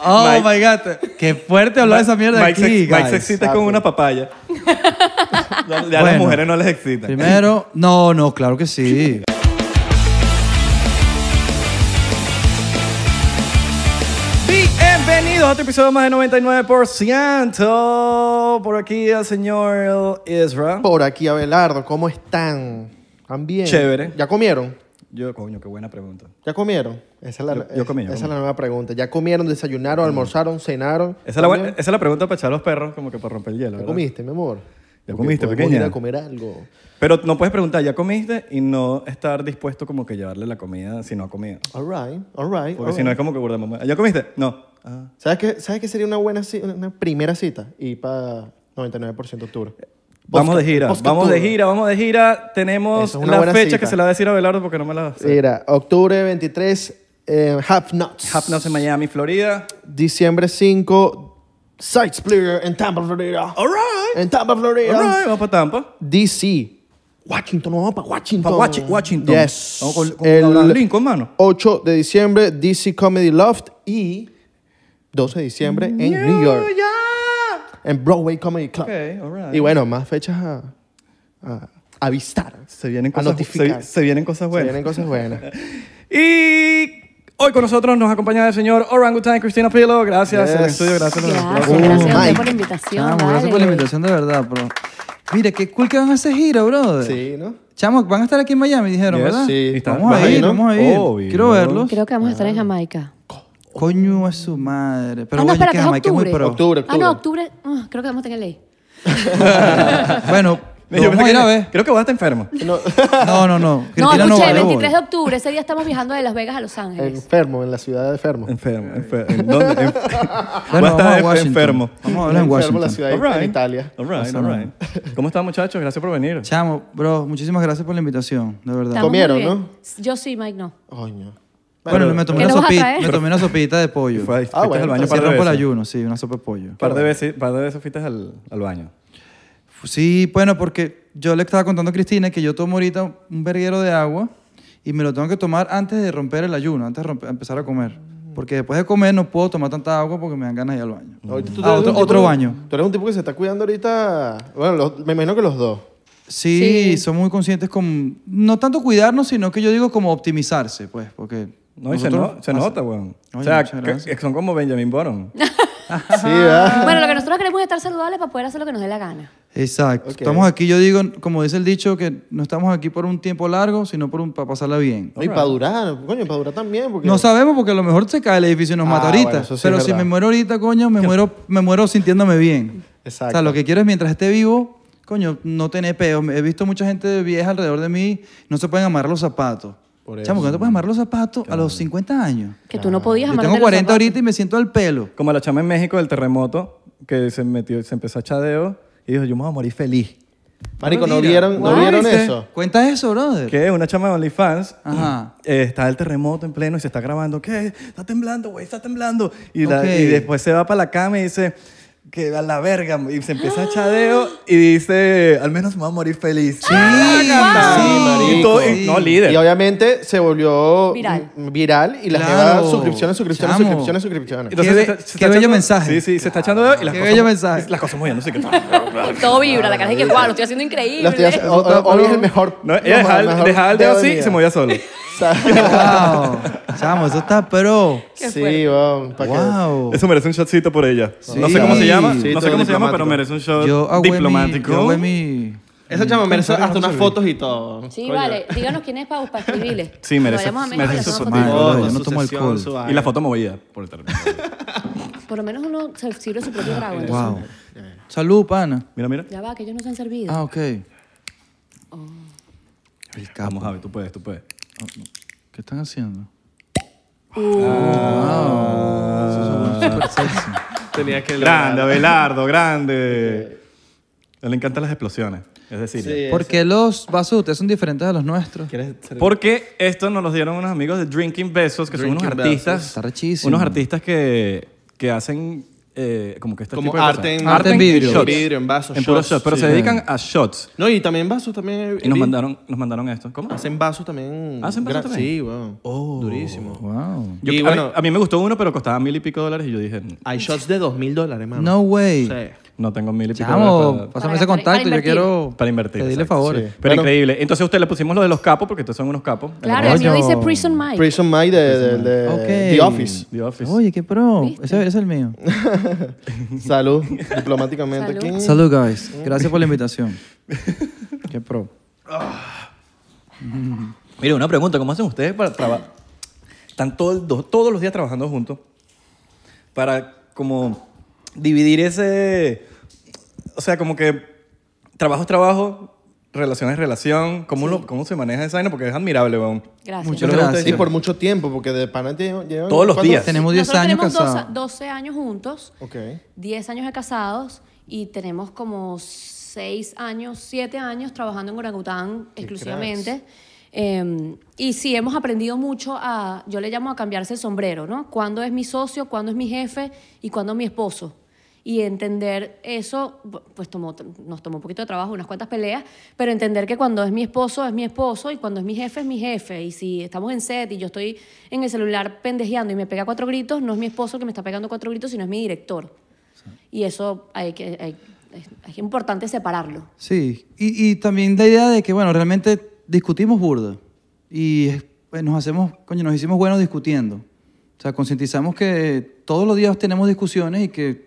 Oh Mike- my God. Qué fuerte hablar de esa mierda aquí. Mike se, Mike se guys. excita con una papaya. ya ya a las Bueno. mujeres no les excita. Primero, no, no, claro que sí. Bienvenidos a otro episodio más de 99%. Por aquí el señor Israel. Por aquí, Abelardo, ¿cómo están? ¿Están bien? Chévere. ¿Ya comieron? Yo, coño, qué buena pregunta. ¿Ya comieron? Esa es la, Yo- yo comí, yo esa es comí. la nueva pregunta. ¿Ya comieron, desayunaron, almorzaron, cenaron? Esa es, la, buena- ¿También? esa es la pregunta para echar a los perros, como que para romper el hielo. ¿Ya ¿verdad? comiste, mi amor? ¿Ya Porque comiste, podemos pequeña? ir a comer algo. Pero no puedes preguntar, ¿ya comiste? Y no estar dispuesto como que llevarle la comida si no ha comido. All right, all right. Porque all si no es right. como que guarda mamá. ¿Ya comiste? No. Ah. ¿Sabes qué, ¿Sabes qué sería una buena ci- una primera cita? Y para 99% octubre. Vamos de Posca- gira, posca- vamos de octubre. gira, vamos de gira. Tenemos Eso es una la buena fecha cita. que se la va a decir a Belardo porque no me la sé. Mira, octubre 23, eh, Half Nuts. Hap Nuts en Miami, Florida. Diciembre 5, Side Splitter en Tampa, Florida. All right. En Tampa, All Florida. right, vamos para Tampa. DC. Washington, vamos para Washington. Para Washington. Yes. Vamos con, con el el... Lincoln, mano. 8 de diciembre, DC Comedy Loft y 12 de diciembre en New York, Yeah. en Broadway Comedy Club. Ok, all right. Y bueno, más fechas a, a avistar. Se vienen a cosas, notificar. se, se vienen cosas Se buenas. vienen cosas buenas. Y hoy con nosotros nos acompaña el señor Orangutan Cristina Pilo. Gracias Yes. en el estudio, gracias. en el Gracias, aplauso. gracias a Mike. usted por la invitación. Chamo, gracias vale. por la invitación de verdad, bro. Mira, qué cool que van a hacer gira, brother. sí, ¿no? Chamo, van a estar aquí en Miami, dijeron, Yes, ¿verdad? sí. Está- Vamos vas a ahí, ir, ¿no? vamos a ir. Obvio. Quiero verlos. Creo que vamos a estar en Jamaica. Coño a su madre. Pero ah, no, oye, espérate, que es Jamaica es muy octubre. pro. Octubre, Ah, no, octubre. octubre. ah, creo que vamos a tener ley. Bueno, Yo lo vamos a pensé ir que- a ver. Creo que vas a estar enfermo. No, No, no, no. No, Cristina escuché, va, el yo voy. 23 de octubre. Ese día estamos viajando de Las Vegas a Los Ángeles. enfermo, en la ciudad de enfermo. Enfermo, enfermo. ¿En dónde? En- Bueno, vas a estar vamos a en- Washington. enfermo. Vamos a hablar en enfermo la Washington. ciudad de- All right. en Italia. All right, all right. ¿Cómo están, muchachos? Gracias por venir. Chamo, bro, muchísimas gracias por la invitación, de verdad. Estamos muy Comieron, bien. ¿no? Yo sí, Mike, no. Coño. Bueno, me tomé, ¿Qué una nos vas a sopita, traer? me tomé una sopita de pollo. Fue- Para Fuiste Ah, bueno, al baño entonces par de romper el veces. ayuno, sí, una sopa de pollo. Par de veces, par de veces fuiste al, al baño. Sí, bueno, porque yo le estaba contando a Cristina que yo tomo ahorita un verguero de agua y me lo tengo que tomar antes de romper el ayuno, antes de romper- empezar a comer. Porque después de comer no puedo tomar tanta agua porque me dan ganas de ir al baño. Mm. Ahorita tú Ah, otro, eres un tipo otro que- baño. Tú eres un tipo que se está cuidando ahorita. Bueno, los- me imagino que los dos. Sí, Sí. son muy conscientes con, no tanto cuidarnos, sino que yo digo como optimizarse, pues, porque... No, y se, nosotros- no- se nota, weón. Oye, o sea, muchas que- gracias. que son como Benjamin Bottom. Sí, ¿verdad? Bueno, lo que nosotros queremos es estar saludables para poder hacer lo que nos dé la gana. Exacto. Ok. Estamos aquí, yo digo, como dice el dicho, que no estamos aquí por un tiempo largo, sino por un, para pasarla bien. No, y para durar, coño, para durar también. Porque... No sabemos porque a lo mejor se cae el edificio y nos Ah, mata ahorita. bueno, eso sí es pero si verdad. me muero ahorita, coño, me muero, me muero sintiéndome bien. O Exacto. sea, lo que quiero es mientras esté vivo, coño, no tener peo. He visto mucha gente vieja alrededor de mí, no se pueden amarrar los zapatos. Por Chamo, ¿cómo te puedes amarrar los zapatos a los 50 años? Que tú no podías Yo amarte tengo los 40 zapatos. ahorita y me siento al pelo. Como la chama en México del terremoto, que se metió, se empezó a chadeo y dijo, yo me voy a morir feliz. Marico, ¿no Mira, vieron, ¿no guay, vieron sí. eso? Cuenta eso, brother. Que es una chama de OnlyFans. Ajá. eh, está el terremoto en pleno y se está grabando. ¿Qué? Está temblando, güey, está temblando. Y, la- Ok. y después se va para la cama y dice, que a la verga. Y se empieza a chadeo y dice, al menos me voy a morir feliz. Sí, wow. Y todo- y- no, líder. Y obviamente se volvió Viral. m- viral y la Claro. jeva suscripciones, suscripciones, Chamo. suscripciones, suscripciones. Qué be- se- se qué está bello echando- mensaje. Sí, sí, se está echando dedo y las Qué cosas. bello mensaje. Las cosas moviéndose. que- Todo vibra, la cara es que, wow, lo estoy haciendo increíble. Lo estoy oh, haciendo- o- o- Hoy es el mejor. No, lo ella dejaba, mejor- el- mejor dejaba el dedo así y mía. se movía solo. O sea, Wow. Chamo, eso está pro. Qué sí, oh, fuerte. vamos. para que- Wow. Eso merece un shotcito por ella. Sí. No sé cómo se llama, Sí, no sé todo cómo se llama, pero merece diplomático. un shot Yo hago mi... diplomático. Yo hago mi... Esa chama merece hasta unas fotos y todo. Sí, Coño. vale. Díganos quién es para, para escribirle. Sí, merece- Cuando vayamos a México, merece le su foto. hacemos Madre, fotito. brother, yo Fotos, no su tomo sesión, alcohol. su Y vaina. la foto movida por el terreno. Por lo menos uno se sirve su propio trago. entonces. Wow. Salud, pana. Mira, mira. Ya va, que ellos no se han servido. Ah, ok. Oh. El Vamos, capo. Javi, tú puedes, tú puedes. ¿Qué están haciendo? Ah. Tenía que Grande, Abelardo, grande. A él le encantan las explosiones. Es decir, Sí, ¿Por qué los vasos de ustedes son diferentes a los nuestros? porque esto nos los dieron unos amigos de Drinking Besos, que son unos artistas. Está rechísimo. Unos artistas que, que hacen eh, como que este Como tipo de arte cosas. en- Arte en vidrio. shots. vidrio, en vasos, En puros shots, shots, pero sí. se dedican a shots. No, y también vasos también. Y nos vi- mandaron, nos mandaron esto. ¿Cómo? Hacen vasos también. ¿Hacen vasos también? Sí, weón. Durísimo. Wow. Yo- a, mí- Y a bueno, mí, me gustó uno, pero costaba mil y pico dólares y yo dije, hay shots de dos mil dólares, mano. No way. Sí. no tengo mil y pico dólares Chamo, pásame para- Para ese gastar- para contacto, yo invertir. quiero para invertir. pedirle exacto. favores. Sí. Pero Bueno. increíble. Entonces a usted le pusimos lo de los capos, porque ustedes son unos capos. Claro, el mío Coño. dice Prison Mike. Prison Mike de, de- de- Ok. The Office. The Office. Oye, qué pro. Ese, ese es el mío. Mm. Salud, diplomáticamente Salud. aquí. Salud, guys. Gracias por la invitación. qué pro. Mira, una pregunta, ¿cómo hacen ustedes para trabajar? Están todo el do- todos los días trabajando juntos para como dividir ese, o sea, como que trabajo es trabajo, relación es relación, ¿cómo, lo, cómo se maneja esa vaina? Porque es admirable, weón. Gracias. Muchas Pero gracias. ustedes- Y por mucho tiempo, porque de pana te llevan- llevan. Todos los ¿cuántos? días. Tenemos 10 Nosotros años tenemos doce- casados. 12 años juntos, Ok. 10 años de casados y tenemos como 6 años, 7 años trabajando en orangután exclusivamente. Eh, y sí, hemos aprendido mucho a, yo le llamo a cambiarse el sombrero, ¿no? ¿Cuándo es mi socio, cuándo es mi jefe y cuándo es mi esposo? Y entender eso, bu- pues tomó, nos tomó un poquito de trabajo, unas cuantas peleas, pero entender que cuando es mi esposo, es mi esposo, y cuando es mi jefe, es mi jefe. Y si estamos en set y yo estoy en el celular pendejeando y me pega cuatro gritos, no es mi esposo el que me está pegando cuatro gritos, sino es mi director. Y eso hay que, hay- es, es importante separarlo. Sí, y, y también la idea de que, bueno, realmente discutimos burda y eh, pues, nos hacemos, coño, nos hicimos buenos discutiendo. O sea, concientizamos que todos los días tenemos discusiones y que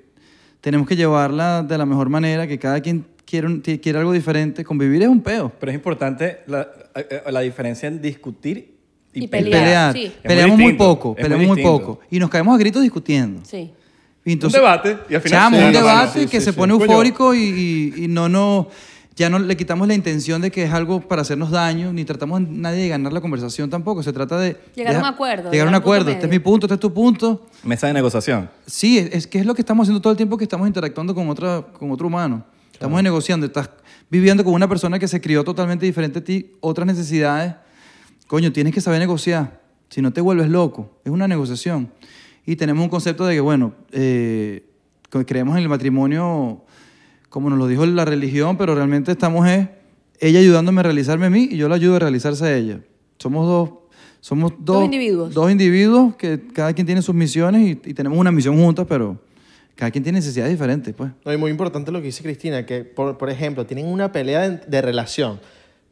tenemos que llevarla de la mejor manera, que cada quien quiere, un- ti- quiere algo diferente. Convivir es un peo. Pero es importante la, eh, eh, la diferencia en discutir y, Y El pelear. pelear. Pelear, sí. Es muy Peleamos muy, distinto, poco, es muy peleamos muy, distinto. poco. Y nos caemos a gritos discutiendo. Sí. Y Un entonces- debate y al final... Chamo, Sí, un no, no, debate sí, que sí, se sí. pone Coño, eufórico y, y- y no no ya no le quitamos la intención de que es algo para hacernos daño, ni tratamos a nadie de ganar la conversación tampoco. Se trata de Llegar a un deja- acuerdo, Llegar a un punto acuerdo. Este es mi medio. punto, este es tu punto. Mesa de negociación. Sí, es, es que es lo que estamos haciendo todo el tiempo que estamos interactuando con otra con otro humano. Estamos negociando, estás viviendo con una persona que se crió totalmente diferente a ti, otras necesidades. Coño, tienes que saber negociar. Si no te vuelves loco, es una negociación. Y tenemos un concepto de que, bueno, eh, co- creemos en el matrimonio como nos lo dijo la religión, pero realmente estamos es ella ayudándome a realizarme a mí y yo la ayudo a realizarse a ella. Somos dos, somos dos, Dos individuos. dos individuos que cada quien tiene sus misiones y, y tenemos una misión juntas, pero cada quien tiene necesidades diferentes, pues. No, y muy importante lo que dice Cristina, que por, por ejemplo, tienen una pelea de, de relación,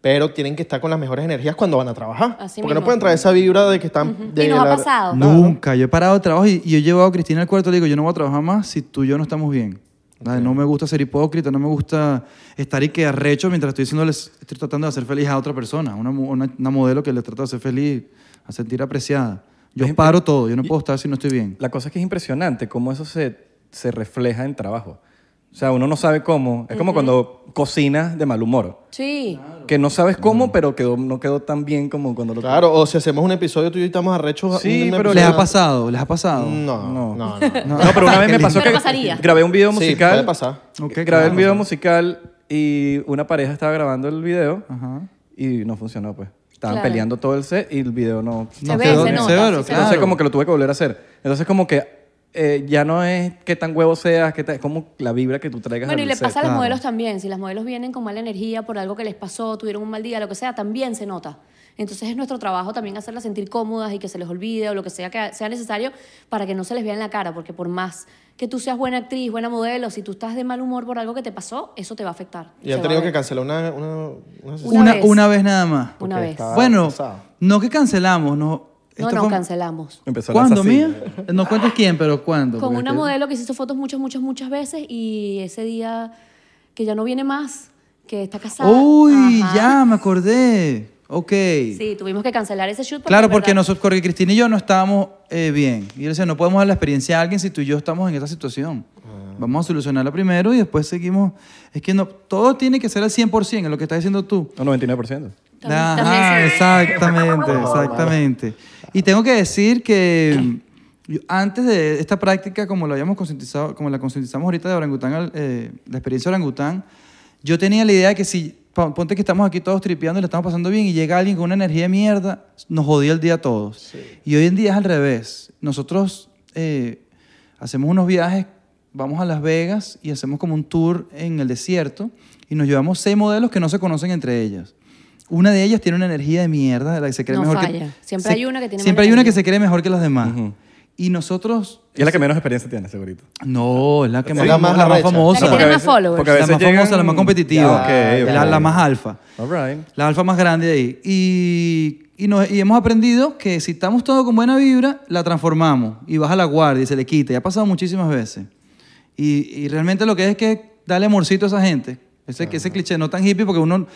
pero tienen que estar con las mejores energías cuando van a trabajar. Así porque no mismo. pueden traer esa vibra de que están. de Y nos la- ha pasado. Nunca. Yo he parado de trabajo y, y yo he llevado a Cristina al cuarto y le digo, yo no voy a trabajar más si tú y yo no estamos bien. Ay, No me gusta ser hipócrita, no me gusta estar y que arrecho mientras estoy, diciéndoles, estoy tratando de hacer feliz a otra persona, una, mu- una- una modelo que le trata de hacer feliz, a sentir apreciada. Yo Ejemplo. paro todo, yo no puedo estar si no estoy bien. La cosa es que es impresionante cómo eso se, se refleja en trabajo. O sea, uno no sabe cómo. Es como cuando cocinas de mal humor. Sí. Que no sabes cómo, pero quedó, no quedó tan bien como cuando lo... Claro, o si hacemos un episodio tú y yo estamos arrechos. Sí, un- un pero ¿Les ha episodio- pasado? ¿Les ha pasado? No, no, No. no. No, pero una vez me pasó Pero que pasaría. grabé un video Sí, musical. puede pasar. Ok, grabé claro. un video musical y una pareja estaba grabando el video Ajá. y no funcionó, pues. Estaban Claro. peleando todo el set y el video no... Se ve, se severo, nota, sí se claro. Entonces como que lo tuve que volver a hacer. Entonces como que eh, ya no es qué tan huevo seas, qué tan- es como la vibra que tú traigas Bueno, y al le set. pasa a las claro. modelos también. Si las modelos vienen con mala energía por algo que les pasó, tuvieron un mal día, lo que sea, también se nota. Entonces es nuestro trabajo también hacerlas sentir cómodas y que se les olvide o lo que sea que sea necesario para que no se les vea en la cara, porque por más que tú seas buena actriz, buena modelo, si tú estás de mal humor por algo que te pasó, eso te va a afectar. Y han Se va tenido a que ver. cancelar una, una, una sesión. Una Una, vez. una vez nada más. Una Porque vez. estaba Bueno, cansado. no que cancelamos, no. No, Esto no, fue- cancelamos. Empezó a ¿Cuándo, lanzar así. mía? No cuentes quién, pero ¿cuándo? Con Porque una es que- modelo que se hizo fotos muchas, muchas, muchas veces y ese día que ya no viene más, que está casada. Uy, Ajá. ya me acordé. Ok. Sí, tuvimos que cancelar ese shoot. claro, porque, en verdad- nosotros, porque Cristina y yo no estábamos eh, bien. Y yo decía, no podemos dar la experiencia a alguien si tú y yo estamos en esta situación. Vamos a solucionarla primero y después seguimos. Es que no, todo tiene que ser al 100% en lo que estás diciendo tú. Un 99%. También- Ajá, también se- exactamente, exactamente. Y tengo que decir que yo- antes de esta práctica, como lo habíamos concientizado, como la concientizamos ahorita de orangután, al- eh, la experiencia orangután, yo tenía la idea de que si pa- ponte que estamos aquí todos tripeando y la estamos pasando bien y llega alguien con una energía de mierda, nos jodía el día a todos. Y hoy en día es al revés. Nosotros eh, hacemos unos viajes vamos a Las Vegas y hacemos como un tour en el desierto y nos llevamos seis modelos que no se conocen entre ellas. Una de ellas tiene una energía de mierda, de la que se cree No mejor falla. que Siempre se- hay una que tiene Siempre mala hay una que energía. se cree mejor que las demás. Ujú. Y nosotros Y es la que menos experiencia tiene, segurito. no, es la que Sí. más, La más la más arrecha. famosa. La que tiene más followers. porque a la veces más llegan- Mm. famosa, la más competitiva. Ya, ok, La, ok. la más alfa. All right. La alfa más grande de ahí. Y, y, nos- y hemos aprendido que si estamos todos con buena vibra, la transformamos y baja la guardia y se le quita. Y ha pasado muchísimas veces. Y, y realmente lo que es que es darle amorcito a esa gente. Ese, que ese cliché no tan hippie porque uno,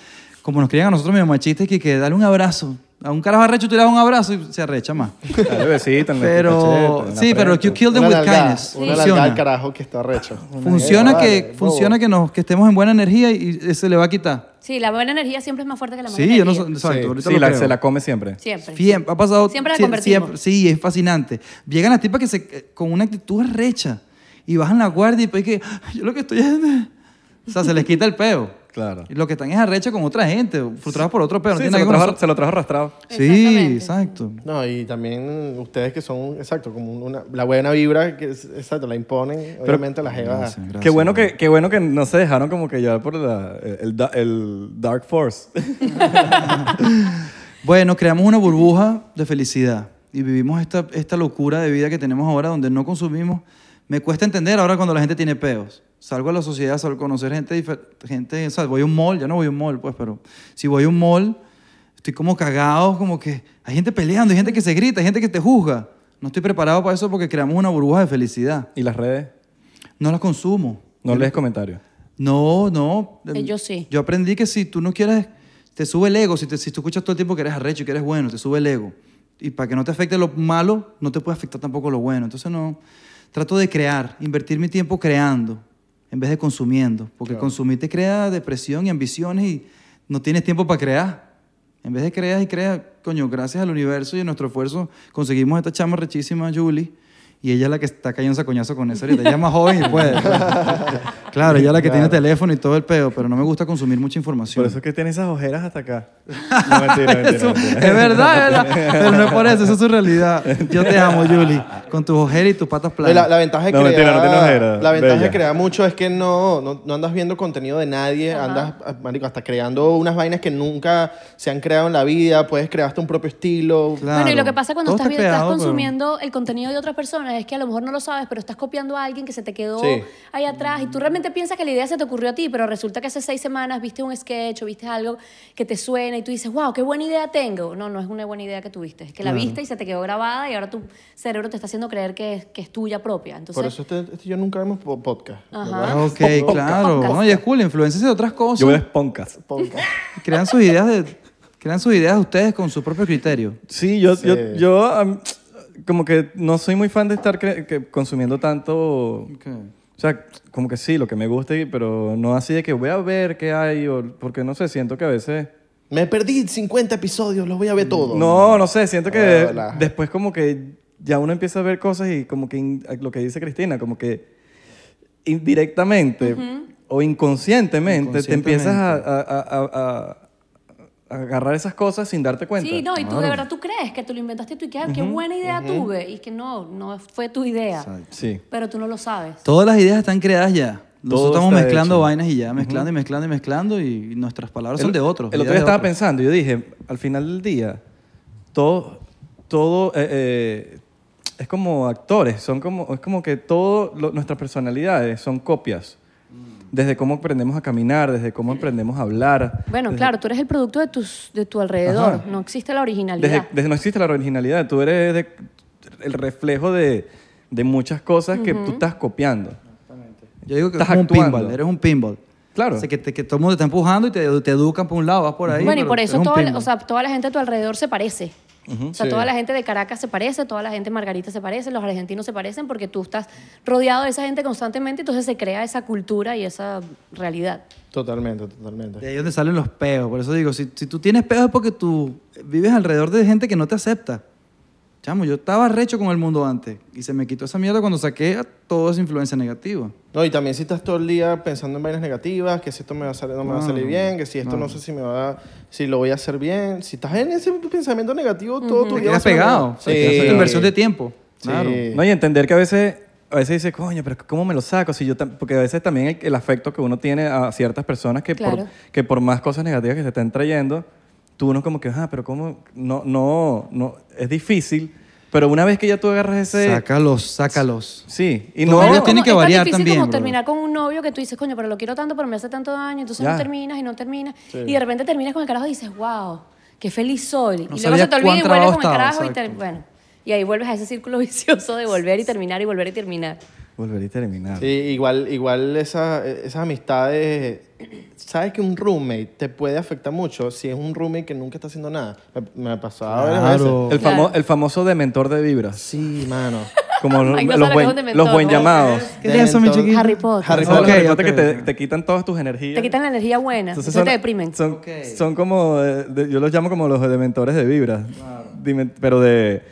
como nos crían a nosotros medio machistas, que, que darle un abrazo. A un carajo arrecho tú le das un abrazo y se arrecha más. Dale besito en la Pero, cacheta, en la sí, pero frente. you kill them Una with nalgada, kindness. Una nalgada al Funciona. carajo que está recho. Funciona Vale, que, bobo. funciona que, nos, que estemos en buena energía y y se le va a quitar. Sí, la buena energía siempre es más fuerte que la mala Sí, yo no energía. sé- exacto, ahorita Sí, lo la- creo. se la come siempre. Siempre. Siempre, ha pasado. Siempre la sie- convertimos. sí, es fascinante. Llegan las tipas que se, que- con una actitud recha y bajan la guardia y pues que yo lo que estoy es. O sea, se les quita el peo. Claro. Y lo que están es arrecha con otra gente, frustradas por otro peo. no Sí, tiene nada se, lo que ver trajo, con se lo trajo arrastrado. nosotros. Sí, Exactamente. exacto. No, y también ustedes que son, exacto, como una, la buena vibra, que es- exacto, la imponen, obviamente, a la jeva. Sí, gracias. Qué bueno, que, qué bueno que no se dejaron como que llevar por la, el, da- el Dark Force. Bueno, creamos una burbuja de felicidad y vivimos esta, esta locura de vida que tenemos ahora donde no consumimos. Me cuesta entender ahora cuando la gente tiene peos. Salgo a la sociedad, salgo a conocer gente diferente. Gente, o sea, voy a un mall, ya no voy a un mall, pues, pero si voy a un mall, estoy como cagado, como que hay gente peleando, hay gente que se grita, hay gente que te juzga. No estoy preparado para eso porque creamos una burbuja de felicidad. ¿Y las redes? No la consumo. No lees comentarios. No, no. Eh, yo sí. Yo aprendí que si tú no quieres, te sube el ego. Si, te- si tú escuchas todo el tiempo que eres arrecho y que eres bueno, te sube el ego. Y para que no te afecte lo malo, no te puede afectar tampoco lo bueno. Entonces no, trato de crear, invertir mi tiempo creando en vez de consumiendo. Porque consumir te crea depresión y ambiciones y no tienes tiempo para crear. En vez de creas y creas, coño, gracias al universo y a nuestro esfuerzo conseguimos esta chama rechísima, Julie. Y ella es la que está cayendo esa coñazo con eso ahorita. Ella es más joven y puede. pues. Claro, ella es la que tiene teléfono y todo el pedo, pero no me gusta consumir mucha información. Por eso es que tiene esas ojeras hasta acá. No, mentira, mentira, Eso- es mentira. verdad, es verdad. Pero no es por eso, esa es su realidad. Yo te amo, Julie, con tus ojeras y tus patas Oye, planas. La, la ventaja de No, crear, mentira, no tiene ojera, la ventaja de bella. crear mucho es que no, no, no andas viendo contenido de nadie, andas, ah, marico, hasta creando unas vainas que nunca se han creado en la vida, puedes crear hasta un propio estilo. Claro. Bueno, y lo que pasa cuando Todo estás, está viendo- estás creado, pero- consumiendo el contenido de otras personas es que a lo mejor no lo sabes, pero estás copiando a alguien que se te quedó Sí. ahí atrás y tú realmente piensas que la idea se te ocurrió a ti, pero resulta que hace seis semanas viste un sketch o viste algo que te suena y tú dices, wow, qué buena idea tengo. No, no es una buena idea que tuviste, es que la viste y se te quedó grabada y ahora tu cerebro te está haciendo creer que es, que es tuya propia. Entonces, Por eso este, este y yo nunca vemos po- podcast. Ajá. ¿verdad? Ah, Ok, claro. podcast. Oye, es cool, influencias de otras cosas. Yo veo esponcas. Podcast. Crean sus ideas de, crean sus ideas ustedes con su propio criterio. Sí, yo, yo, Sí. yo, am, como que no soy muy fan de estar cre- que- consumiendo tanto. O sea, como que sí, lo que me gusta, y- pero no así de que voy a ver qué hay, o, porque no sé, siento que a veces... Me perdí 50 episodios, los voy a ver todos. Mm. No, no sé, siento que Ah, hola. después como que ya uno empieza a ver cosas y como que in- lo que dice Cristina, como que indirectamente o inconscientemente, te empiezas a, a- a- a- a agarrar esas cosas sin darte cuenta. sí, no, y tú de verdad tú crees que tú lo inventaste tú y que, ah, qué buena idea tuve y que no, no fue tu idea, Sí. pero tú no lo sabes. Todas las ideas están creadas ya. Nosotros Todo estamos está mezclando hecho. vainas y ya, mezclando y mezclando y mezclando y nuestras palabras son El- de otros. El otro día ideas de estaba otros. pensando, yo dije, al final del día, todo, todo eh, eh, es como actores, son como, es como que todas nuestras personalidades son copias. Mm. Desde cómo aprendemos a caminar, desde cómo aprendemos a hablar. Bueno, desde- claro, tú eres el producto de, tus, de tu alrededor, Ajá. no existe la Desde, originalidad. desde no existe la originalidad, tú eres de- el reflejo de, de muchas cosas que tú estás copiando. Yo digo que Estás es como un actuando. pinball, eres un pinball. Claro. O sea, que, te- que todo el mundo te está empujando y te, te educan por un lado, vas por ahí. bueno, y pero por eres eso un toda la, pinball. o sea, toda la gente a tu alrededor se parece. o sea, Sí. toda la gente de Caracas se parece, toda la gente de Margarita se parece, los argentinos se parecen porque tú estás rodeado de esa gente constantemente, entonces se crea esa cultura y esa realidad. Totalmente, totalmente. De ahí es donde salen los peos. Por eso digo, si, si tú tienes peos es porque tú vives alrededor de gente que no te acepta. Chamo, yo estaba recho con el mundo antes y se me quitó esa mierda cuando saqué a toda esa influencia negativa. No, y también si estás todo el día pensando en vainas negativas, que si esto me va a salir, no me va a Mm, salir bien, que si esto no, sé si me va a, si lo voy a hacer bien. Si estás en ese pensamiento negativo todo tu Te día. va a quedas ser una- pegado. O sea, te hace tu inversión de tiempo. Sí. Claro. No, y entender que a veces, a veces dice, coño, pero ¿cómo me lo saco? Si yo tam-?" Porque a veces también el, el afecto que uno tiene a ciertas personas que, Claro. por, que por más cosas negativas que se estén trayendo, tú uno como que, ah, pero ¿cómo? No, no, no, es difícil. Pero una vez que ya tú agarras ese... Sácalos, sácalos. Sí, y No, no... ellos tienen que es tan variar difícil también, como brother. terminar con un novio que tú dices, coño, pero lo quiero tanto, pero me hace tanto daño, entonces no Ya. terminas y no terminas. Y de repente terminas con el carajo y dices, wow, qué feliz soy. No y luego sabía se te olvida y cuán vuelves con el trabado carajo estaba, y te- exacto. bueno. Y ahí vuelves a ese círculo vicioso de volver y terminar y volver y terminar. Volver y terminar. Sí, igual, igual esa- esas amistades. Sabes que un roommate te puede afectar mucho si es un roommate que nunca está haciendo nada. Me, me ha pasado varias Claro. veces. El, famo- Claro. el famoso dementor de vibras. Sí, mano. Como los, Ay, no los sabe buen- que es un dementor, los buen ¿no? llamados. ¿Qué es eso, mi Dementor. chiquito? Harry Potter. Harry Son Potter. los Ok, reportes ok, que te, ok. te quitan todas tus energías. Te quitan la energía buena, Entonces entonces son- te deprimen. Son, Ok. son como, eh, de- yo los llamo como los dementores de vibras. Dimen- Pero de,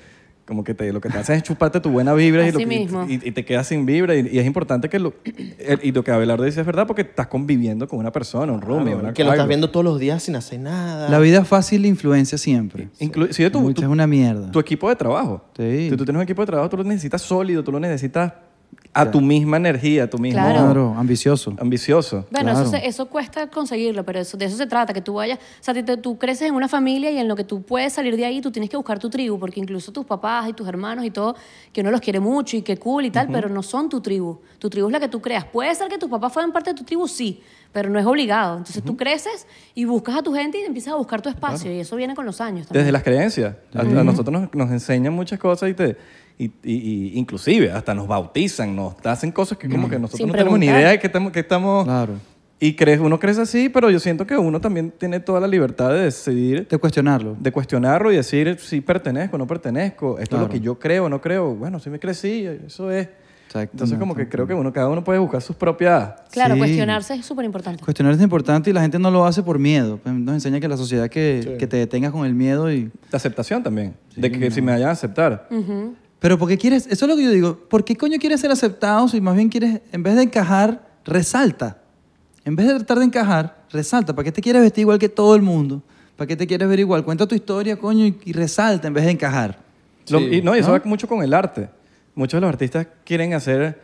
como que te, lo que te hacen es chuparte tu buena vibra y, lo Así que- mismo. y, y te quedas sin vibra. Y, y es importante que lo, y lo que Abelardo dice es verdad porque estás conviviendo con una persona, un roomie. una- Que lo estás algo. viendo todos los días sin hacer nada. La vida fácil influencia siempre. Inclusive tu- Mucha tu- es una mierda. tu equipo de trabajo. Sí. Si tú tienes un equipo de trabajo, tú lo necesitas sólido, tú lo necesitas a tu misma energía, a tu mismo Claro. Claro, ambicioso. ambicioso. Bueno, eso, Claro. se- eso cuesta conseguirlo, pero eso, de eso se trata, que tú vayas, o sea, ti- te- tú creces en una familia y en lo que tú puedes salir de ahí, tú tienes que buscar tu tribu, porque incluso tus papás y tus hermanos y todo, que uno los quiere mucho y que cool y tal, pero no son tu tribu. Tu tribu es la que tú creas. Puede ser que tus papás fueran parte de tu tribu, sí, pero no es obligado. Entonces tú creces y buscas a tu gente y empiezas a buscar tu espacio, y eso viene con los años también. Desde las creencias. A, a nosotros nos, nos enseñan muchas cosas y te... Y, y- y inclusive hasta nos bautizan, nos hacen cosas que como que nosotros Sin no tenemos ni preguntar. idea de que estamos... Que estamos Claro. Y crees, uno crece así, pero yo siento que uno también tiene toda la libertad de decidir, De cuestionarlo. de cuestionarlo y decir si pertenezco o no pertenezco, esto es lo Claro. que yo creo o no creo, bueno, si me crecí, eso es. Exactamente. Entonces como que creo que uno, cada uno puede buscar sus propias... Claro, Sí. cuestionarse es súper importante. Cuestionar es importante y la gente no lo hace por miedo. Pues Nos enseña que la sociedad que, que te detengas con el miedo y... de aceptación también, de que si me vayan a aceptar. Pero porque quieres, eso es lo que yo digo, ¿por qué coño quieres ser aceptado si más bien quieres, en vez de encajar, resalta? En vez de tratar de encajar, resalta. ¿Para qué te quieres vestir igual que todo el mundo? ¿Para qué te quieres ver igual? Cuenta tu historia, coño, y, y resalta en vez de encajar. Lo- y no, y eso va mucho con el arte. Muchos de los artistas quieren hacer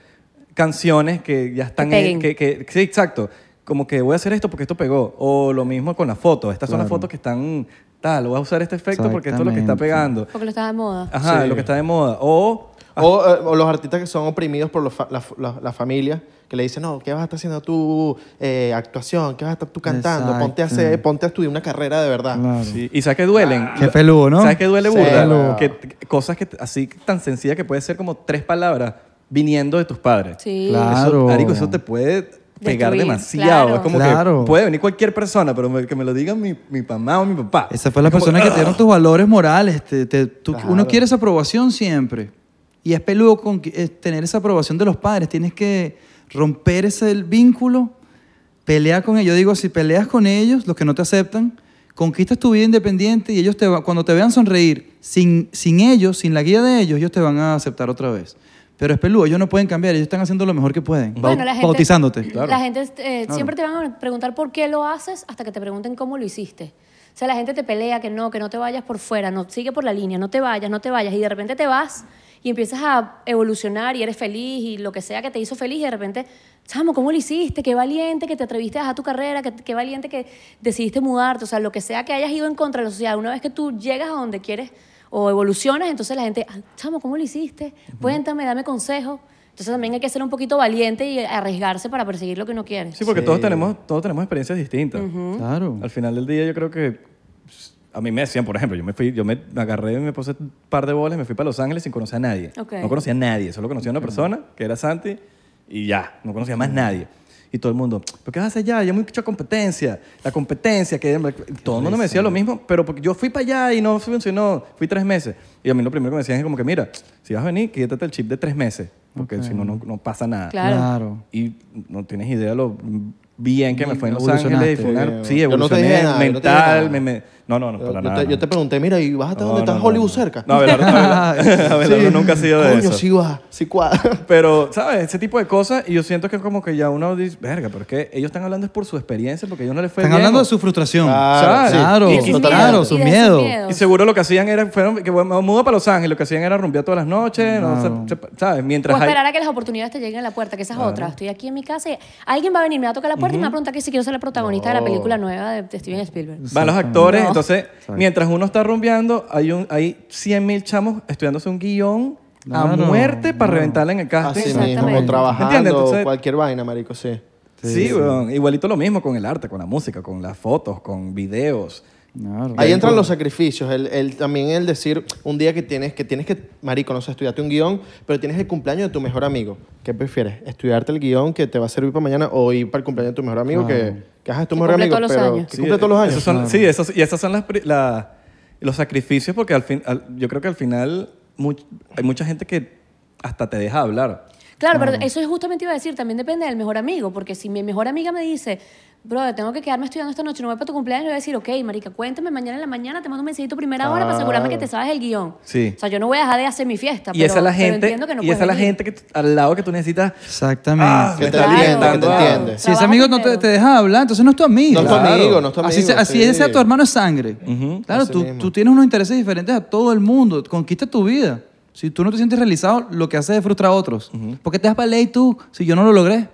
canciones que ya están... Que peguen. que- que- sí, exacto. Como que voy a hacer esto porque esto pegó. O lo mismo con las fotos. Estas son las fotos que están... Tal, voy a usar este efecto porque esto es lo que está Exactamente. pegando. Porque lo está de moda. Ajá, Sí. lo que está de moda. O... O, eh, o los artistas que son oprimidos por los fa- la, la- la familia, que le dicen, no, ¿qué vas a estar haciendo tú? eh, actuación, ¿qué vas a estar tú cantando? Ponte a, hacer, Exacto. ponte a estudiar una carrera de verdad. Sí, Y sabes que duelen. Qué peludo, ¿no? ¿Sabes que duele Sí, burda? peludo. Que, que cosas que t- así tan sencillas que puede ser como tres palabras viniendo de tus padres. Sí. Claro. Eso, marico, eso te puede pegar Destruir, demasiado. claro. Es como Claro. que puede venir cualquier persona, pero me- que me lo diga mi, mi mamá o mi papá. Esa fue la persona que te ah. dieron tus valores morales. te- te- tú- Uno quiere esa aprobación siempre. Y es peludo con, que- eh, tener esa aprobación de los padres. Tienes que romper ese el vínculo, pelear con ellos. Yo digo, si peleas con ellos, los que no te aceptan, conquistas tu vida independiente y ellos te va- cuando te vean sonreír, sin, sin ellos, sin la guía de ellos, ellos te van a aceptar otra vez. Pero es peludo, ellos no pueden cambiar, ellos están haciendo lo mejor que pueden, bau- Bueno, la gente- bautizándote. Claro. La gente eh, siempre te van a preguntar por qué lo haces hasta que te pregunten cómo lo hiciste. O sea, la gente te pelea que no, que no te vayas por fuera, no sigue por la línea, no te vayas, no te vayas. Y de repente te vas y empiezas a evolucionar y eres feliz y lo que sea que te hizo feliz. Y de repente, chamo, ¿cómo lo hiciste? Qué valiente que te atreviste a dejar tu carrera, que- qué valiente que decidiste mudarte. O sea, lo que sea que hayas ido en contra de la sociedad, una vez que tú llegas a donde quieres o evolucionas, entonces la gente, "Ah, chamo, ¿cómo lo hiciste? Cuéntame, dame consejo. Entonces también hay que ser un poquito valiente y arriesgarse para perseguir lo que uno quiere. Sí, porque Todos, tenemos, todos tenemos experiencias distintas. Claro. Al final del día yo creo que pues, a mí me decían, por ejemplo, yo me fui, yo me agarré, me puse un par de bolas, me fui para Los Ángeles sin conocer a nadie. Ok. No conocía a nadie, solo conocía a una persona que era Santi y ya, no conocía más nadie. Y todo el mundo, ¿pero qué vas a hacer allá? Ya hay mucha competencia, la competencia, que todo el mundo me decía lo mismo, pero porque yo fui para allá y no funcionó, fui tres meses. Y a mí lo primero que me decían es como que, mira, si vas a venir, quítate el chip de tres meses, porque si no, no, no pasa nada. Claro. Claro. Y no tienes idea lo bien que me fue en Los Evolucionaste. Ángeles. y fue una- sí, Yo no te dije evolucioné nada, yo no te dije mental. nada. me- me- no, no, no, Yo, para yo nada. te, yo no. te pregunté, mira, ¿y vas hasta No, donde está no, no, Hollywood no. cerca? No, Abelardo, Abelardo- Abelardo nunca ha sido de Coño, eso. sí va, sí cuadra. Pero, ¿sabes? Ese tipo de cosas. Y yo siento que como que ya uno dice, verga, pero es que ellos están hablando es por su experiencia, porque a ellos no les Pues fue Están bien, hablando o- de su frustración. Claro, sí. claro, Y de sus claro, miedos, su y de sus miedo. miedos. Y seguro lo que hacían era, fueron, que bueno, me mudo para Los Ángeles, lo que hacían era rumbear todas las noches, no, se- se- ¿sabes? O Mientras hay- esperar a que las oportunidades te lleguen a la puerta, que esa es otra. Estoy aquí en mi casa y alguien va a venir, me va a tocar la puerta y me va a preguntar que si quiero ser la protagonista de la película nueva de, de Steven Spielberg. van los actores, No. entonces, mientras uno está rumbeando, hay, un, hay 100 mil chamos estudiándose un guión a Claro, muerte para reventarla en el casting. Así mismo, Exactamente. o trabajando, ¿Entiendes? Entonces- cualquier vaina, marico, sí. Sí, weón. Igualito lo mismo con el arte, con la música, con las fotos, con videos. Claro. Ahí entran los sacrificios, el, el- también el decir un día que tienes que, tienes que marico, no sé, estudiarte un guión, pero tienes el cumpleaños de tu mejor amigo. ¿Qué prefieres? ¿Estudiarte el guión que te va a servir para mañana o ir para el cumpleaños de tu mejor amigo que, que ajá, es tu Que mejor cumple amigo? todos los pero años. que cumple todos los años. eh, Esos son- Sí, esos- y esos son las, pri- la- los sacrificios porque al fin, al- yo creo que al final much- hay mucha gente que hasta te deja hablar. Claro, pero eso es justamente iba a decir, también depende del mejor amigo, porque si mi mejor amiga me dice, brother, tengo que quedarme estudiando esta noche, no voy para tu cumpleaños, yo voy a decir, ok, marica, cuéntame mañana en la mañana, te mando un mensajito a primera hora para asegurarme que Claro. te sabes el guión. Ah. Sí. O sea, yo no voy a dejar de hacer mi fiesta, Y pero, esa es la pero gente, entiendo que no y esa es puedes la venir. gente que t- al lado que tú necesitas. Exactamente. Ah, Que te Claro. entiende, que te Claro. entiende. Si ese Trabajo amigo no te, primero. te deja hablar, entonces no es tu amigo. No es tu Claro. amigo, no es tu amigo. así sea- así sí. sea tu hermano es sangre. Claro, Así tú, mismo. tú tienes unos intereses diferentes a todo el mundo. Conquista tu vida. Si tú no te sientes realizado, lo que haces es frustrar a otros. ¿Por qué te das para ley tú si yo no lo logré?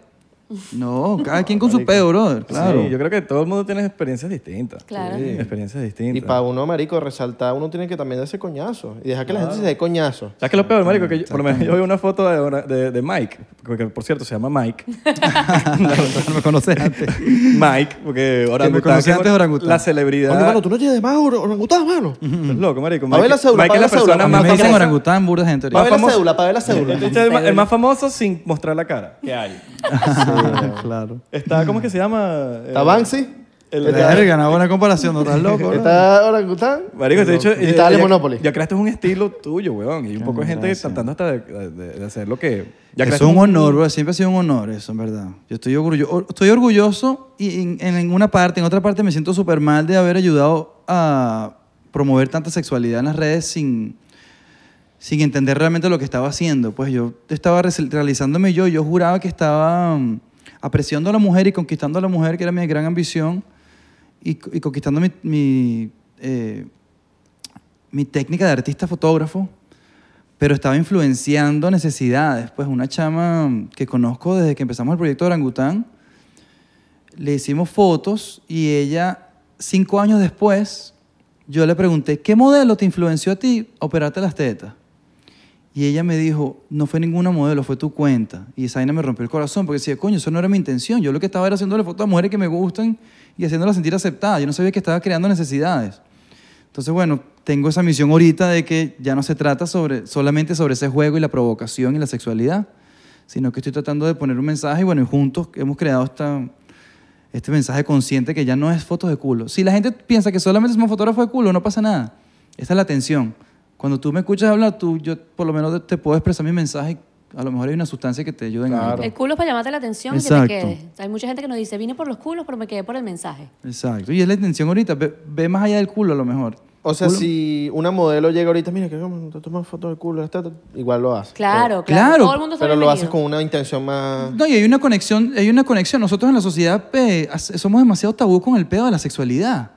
No, cada quien con su peo, brother. Claro. Sí, yo creo que todo el mundo tiene experiencias distintas. Claro. Sí, Experiencias distintas. Y para uno, marico, resaltar, uno tiene que también darse coñazo y dejar que la gente se dé coñazo. ¿Sabes qué es lo peor, marico? Que yo, por lo menos yo vi una foto de, una- de- de Mike, porque por cierto se llama Mike. no me conoces antes. Mike, porque orangután. conocí que es antes de orangután. La Oye, celebridad. mano, tú no tienes más or- orangután, mano. Estás loco, marico. ver la cédula, Mike pa' es ver la la cédula. persona A mí más me dicen famosa. orangután, burda de gente. Más Para ver la famoso. cédula, para ver la cédula. Este es El ma- el más famoso sin mostrar la cara. ¿Qué hay? Ah, claro. Está, ¿cómo es que se llama? Eh, ¿Está Banksy? El- ¿Está, Verga, una buena comparación, no estás loco. bro? está orangután? Marico, te he dicho. Y está ya- Ale ya- Monopoly. Ya creaste un estilo tuyo, weón. Y hay un poco de gente tratando hasta de, de- de hacer lo que. Ya Eso creaste es un honor, bro. Siempre ha sido un honor eso, en verdad. Yo estoy orgulloso, estoy orgulloso y en, en una parte, en otra parte me siento súper mal de haber ayudado a promover tanta sexualidad en las redes sin, sin entender realmente lo que estaba haciendo. Pues yo estaba re- realizándome yo, yo juraba que estaba mm, apreciando a la mujer y conquistando a la mujer, que era mi gran ambición, y, co- y conquistando mi, mi, eh, mi técnica de artista fotógrafo, pero estaba influenciando necesidades. Pues una chama que conozco desde que empezamos el proyecto de Orangután, le hicimos fotos y ella, cinco años después, yo le pregunté, ¿qué modelo te influenció a ti a operarte las tetas? Y ella me dijo, no fue ninguna modelo, fue tu cuenta. Y esa vaina me rompió el corazón porque decía, coño, eso no era mi intención. Yo lo que estaba era haciéndole fotos a mujeres que me gustan y haciéndolas sentir aceptadas. Yo no sabía que estaba creando necesidades. Entonces, bueno, tengo esa misión ahorita de que ya no se trata sobre, solamente sobre ese juego y la provocación y la sexualidad, sino que estoy tratando de poner un mensaje y bueno, y juntos hemos creado esta, este mensaje consciente que ya no es fotos de culo. Si la gente piensa que solamente somos fotógrafos de culo, no pasa nada. Esta es la tensión. Cuando tú me escuchas hablar, tú, yo por lo menos te puedo expresar mi mensaje. A lo mejor hay una sustancia que te ayude en algo. El culo es para llamarte la atención y que te Exacto. quedes. Hay mucha gente que nos dice, vine por los culos, pero me quedé por el mensaje. Exacto. Y es la intención ahorita. Ve, ve más allá del culo a lo mejor. O sea, si una modelo llega ahorita, mira, que como te tomas fotos del culo, esta- igual lo hace. Claro, claro. Claro, todo el mundo Pero, pero está lo haces bienvenido. con una intención más. No, y hay una conexión, hay una conexión. Nosotros en la sociedad eh, as- somos demasiado tabú con el pedo de la sexualidad.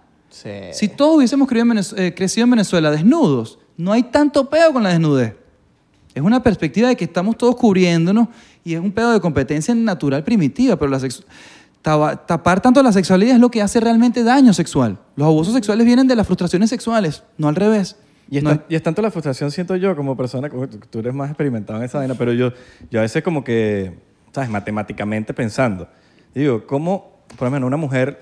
Eh. Sí. Si todos hubiésemos crecido en, Venez- eh, crecido en Venezuela desnudos, no hay tanto pedo con la desnudez. Es una perspectiva de que estamos todos cubriéndonos y es un pedo de competencia natural primitiva, pero la sexu- taba- tapar tanto la sexualidad es lo que hace realmente daño sexual. Los abusos sexuales vienen de las frustraciones sexuales, no al revés. Y es, No tan- y es tanto la frustración, siento yo, como persona, como tú, tú eres más experimentado en esa vaina, pero yo, yo a veces como que, ¿sabes? Matemáticamente pensando. Digo, ¿cómo, por lo menos, una mujer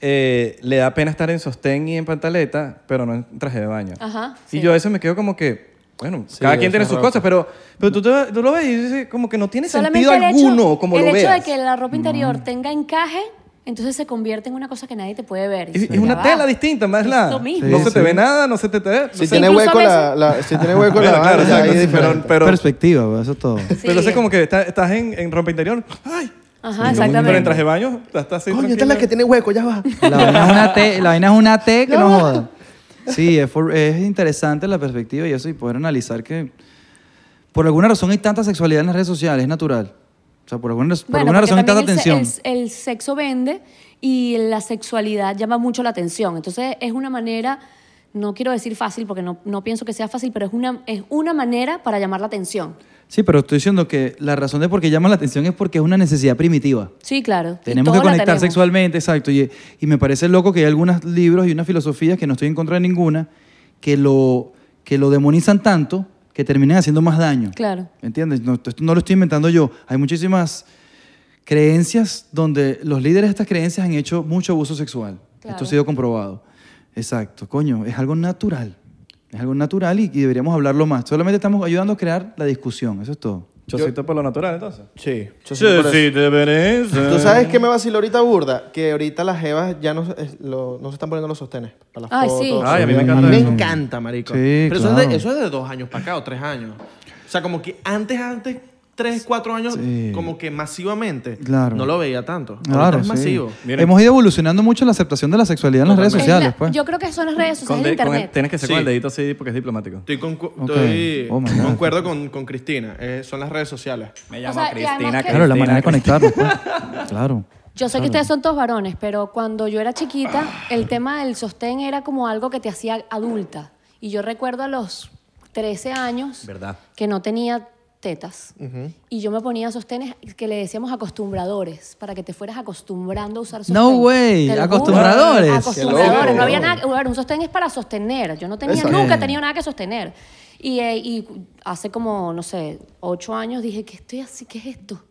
eh, le da pena estar en sostén y en pantaleta, pero no en traje de baño? Ajá, Y sí. yo a veces me quedo como que, bueno, Sí, cada quien eso tiene es sus raro. cosas, pero, pero tú, te- tú lo ves y dices, como que no tiene Solamente sentido el hecho- alguno, como el lo hecho veas. de que la ropa interior tenga encaje, entonces se convierte en una cosa que nadie te puede ver. Es, Y es una ya tela va. distinta, más Es la. lo mismo. No Sí, se te sí. ve nada, no se te, te ve. Si no tiene incluso a hueco la, veces- la- si tiene hueco la Claro, claro, vaina, exacto, ahí es sí, pero- diferente. pero- perspectiva, bro, eso pues, es todo. Pero entonces como que está- estás en, en ropa interior. ¡Ay! Ajá, Pero en exactamente. traje de baño, está así. Coño, esta es tranquila. la que tiene hueco, ya va. La vaina es una T, la vaina es una T que no joda. Sí, es, for- es interesante la perspectiva y eso, y poder analizar que por alguna razón hay tanta sexualidad en las redes sociales, es natural. O sea, por alguna, por Bueno, alguna porque razón hay tanta también tensión. El, se- el- el sexo vende y la sexualidad llama mucho la atención. Entonces es una manera, no quiero decir fácil porque no, no pienso que sea fácil, pero es una, es una manera para llamar la atención. Sí, pero estoy diciendo que la razón de por qué llama la atención es porque es una necesidad primitiva. Sí, claro. y Tenemos que todos la conectar tenemos. sexualmente, exacto. Y, y me parece loco que hay algunos libros y unas filosofías que no estoy en contra de ninguna, que lo, que lo demonizan tanto que terminan haciendo más daño. Claro. ¿Entiendes? No, esto no lo estoy inventando yo. Hay muchísimas creencias donde los líderes de estas creencias han hecho mucho abuso sexual. Claro. Esto ha sido comprobado. Exacto, coño, es algo natural. Es algo natural y, y deberíamos hablarlo más. Solamente estamos ayudando a crear la discusión, eso es todo. Chocito por lo natural, entonces. Sí, yo soy por eso. Chocito de Eh. ¿Tú sabes qué me vaciló ahorita burda? Que ahorita las jevas ya no, es- lo- no se están poniendo los sostenes para las Ay, fotos. sí. Ay, a mí me encanta Me eso. encanta, marico. Sí, Pero eso, es claro. de, eso es de dos años para acá o tres años. O sea, como que antes, antes, tres, cuatro años, Sí. como que masivamente. Claro. No lo veía tanto. ahorita Claro, es sí. masivo. Miren. Hemos ido evolucionando mucho la aceptación de la sexualidad en las redes Es la- sociales, pues. Yo creo que son las redes Con sociales de de- con internet. el- Tienes que ser con Sí. el dedito así porque es diplomático. Estoy, concu- Ok. estoy- Oh, my God. concuerdo con, con Cristina. Eh, son las redes sociales. Me llamo sea, y Cristina, además que- Claro, la manera de Cristina. conectarnos, pues. Claro. Yo sé que ustedes son todos varones, pero cuando yo era chiquita, el tema del sostén era como algo que te hacía adulta. Y yo recuerdo a los 13 años Verdad. que no tenía tetas. Y yo me ponía sostenes que le decíamos acostumbradores, para que te fueras acostumbrando a usar sostén. No way, Te lo juro. acostumbradores. Qué Acostumbradores. loco. No había nada. Bueno, un sostén es para sostener. Yo no tenía, Exacto. nunca he tenido nada que sostener. Y, eh, y hace como, no sé, ocho años dije, ¿qué estoy así? ¿Qué es esto?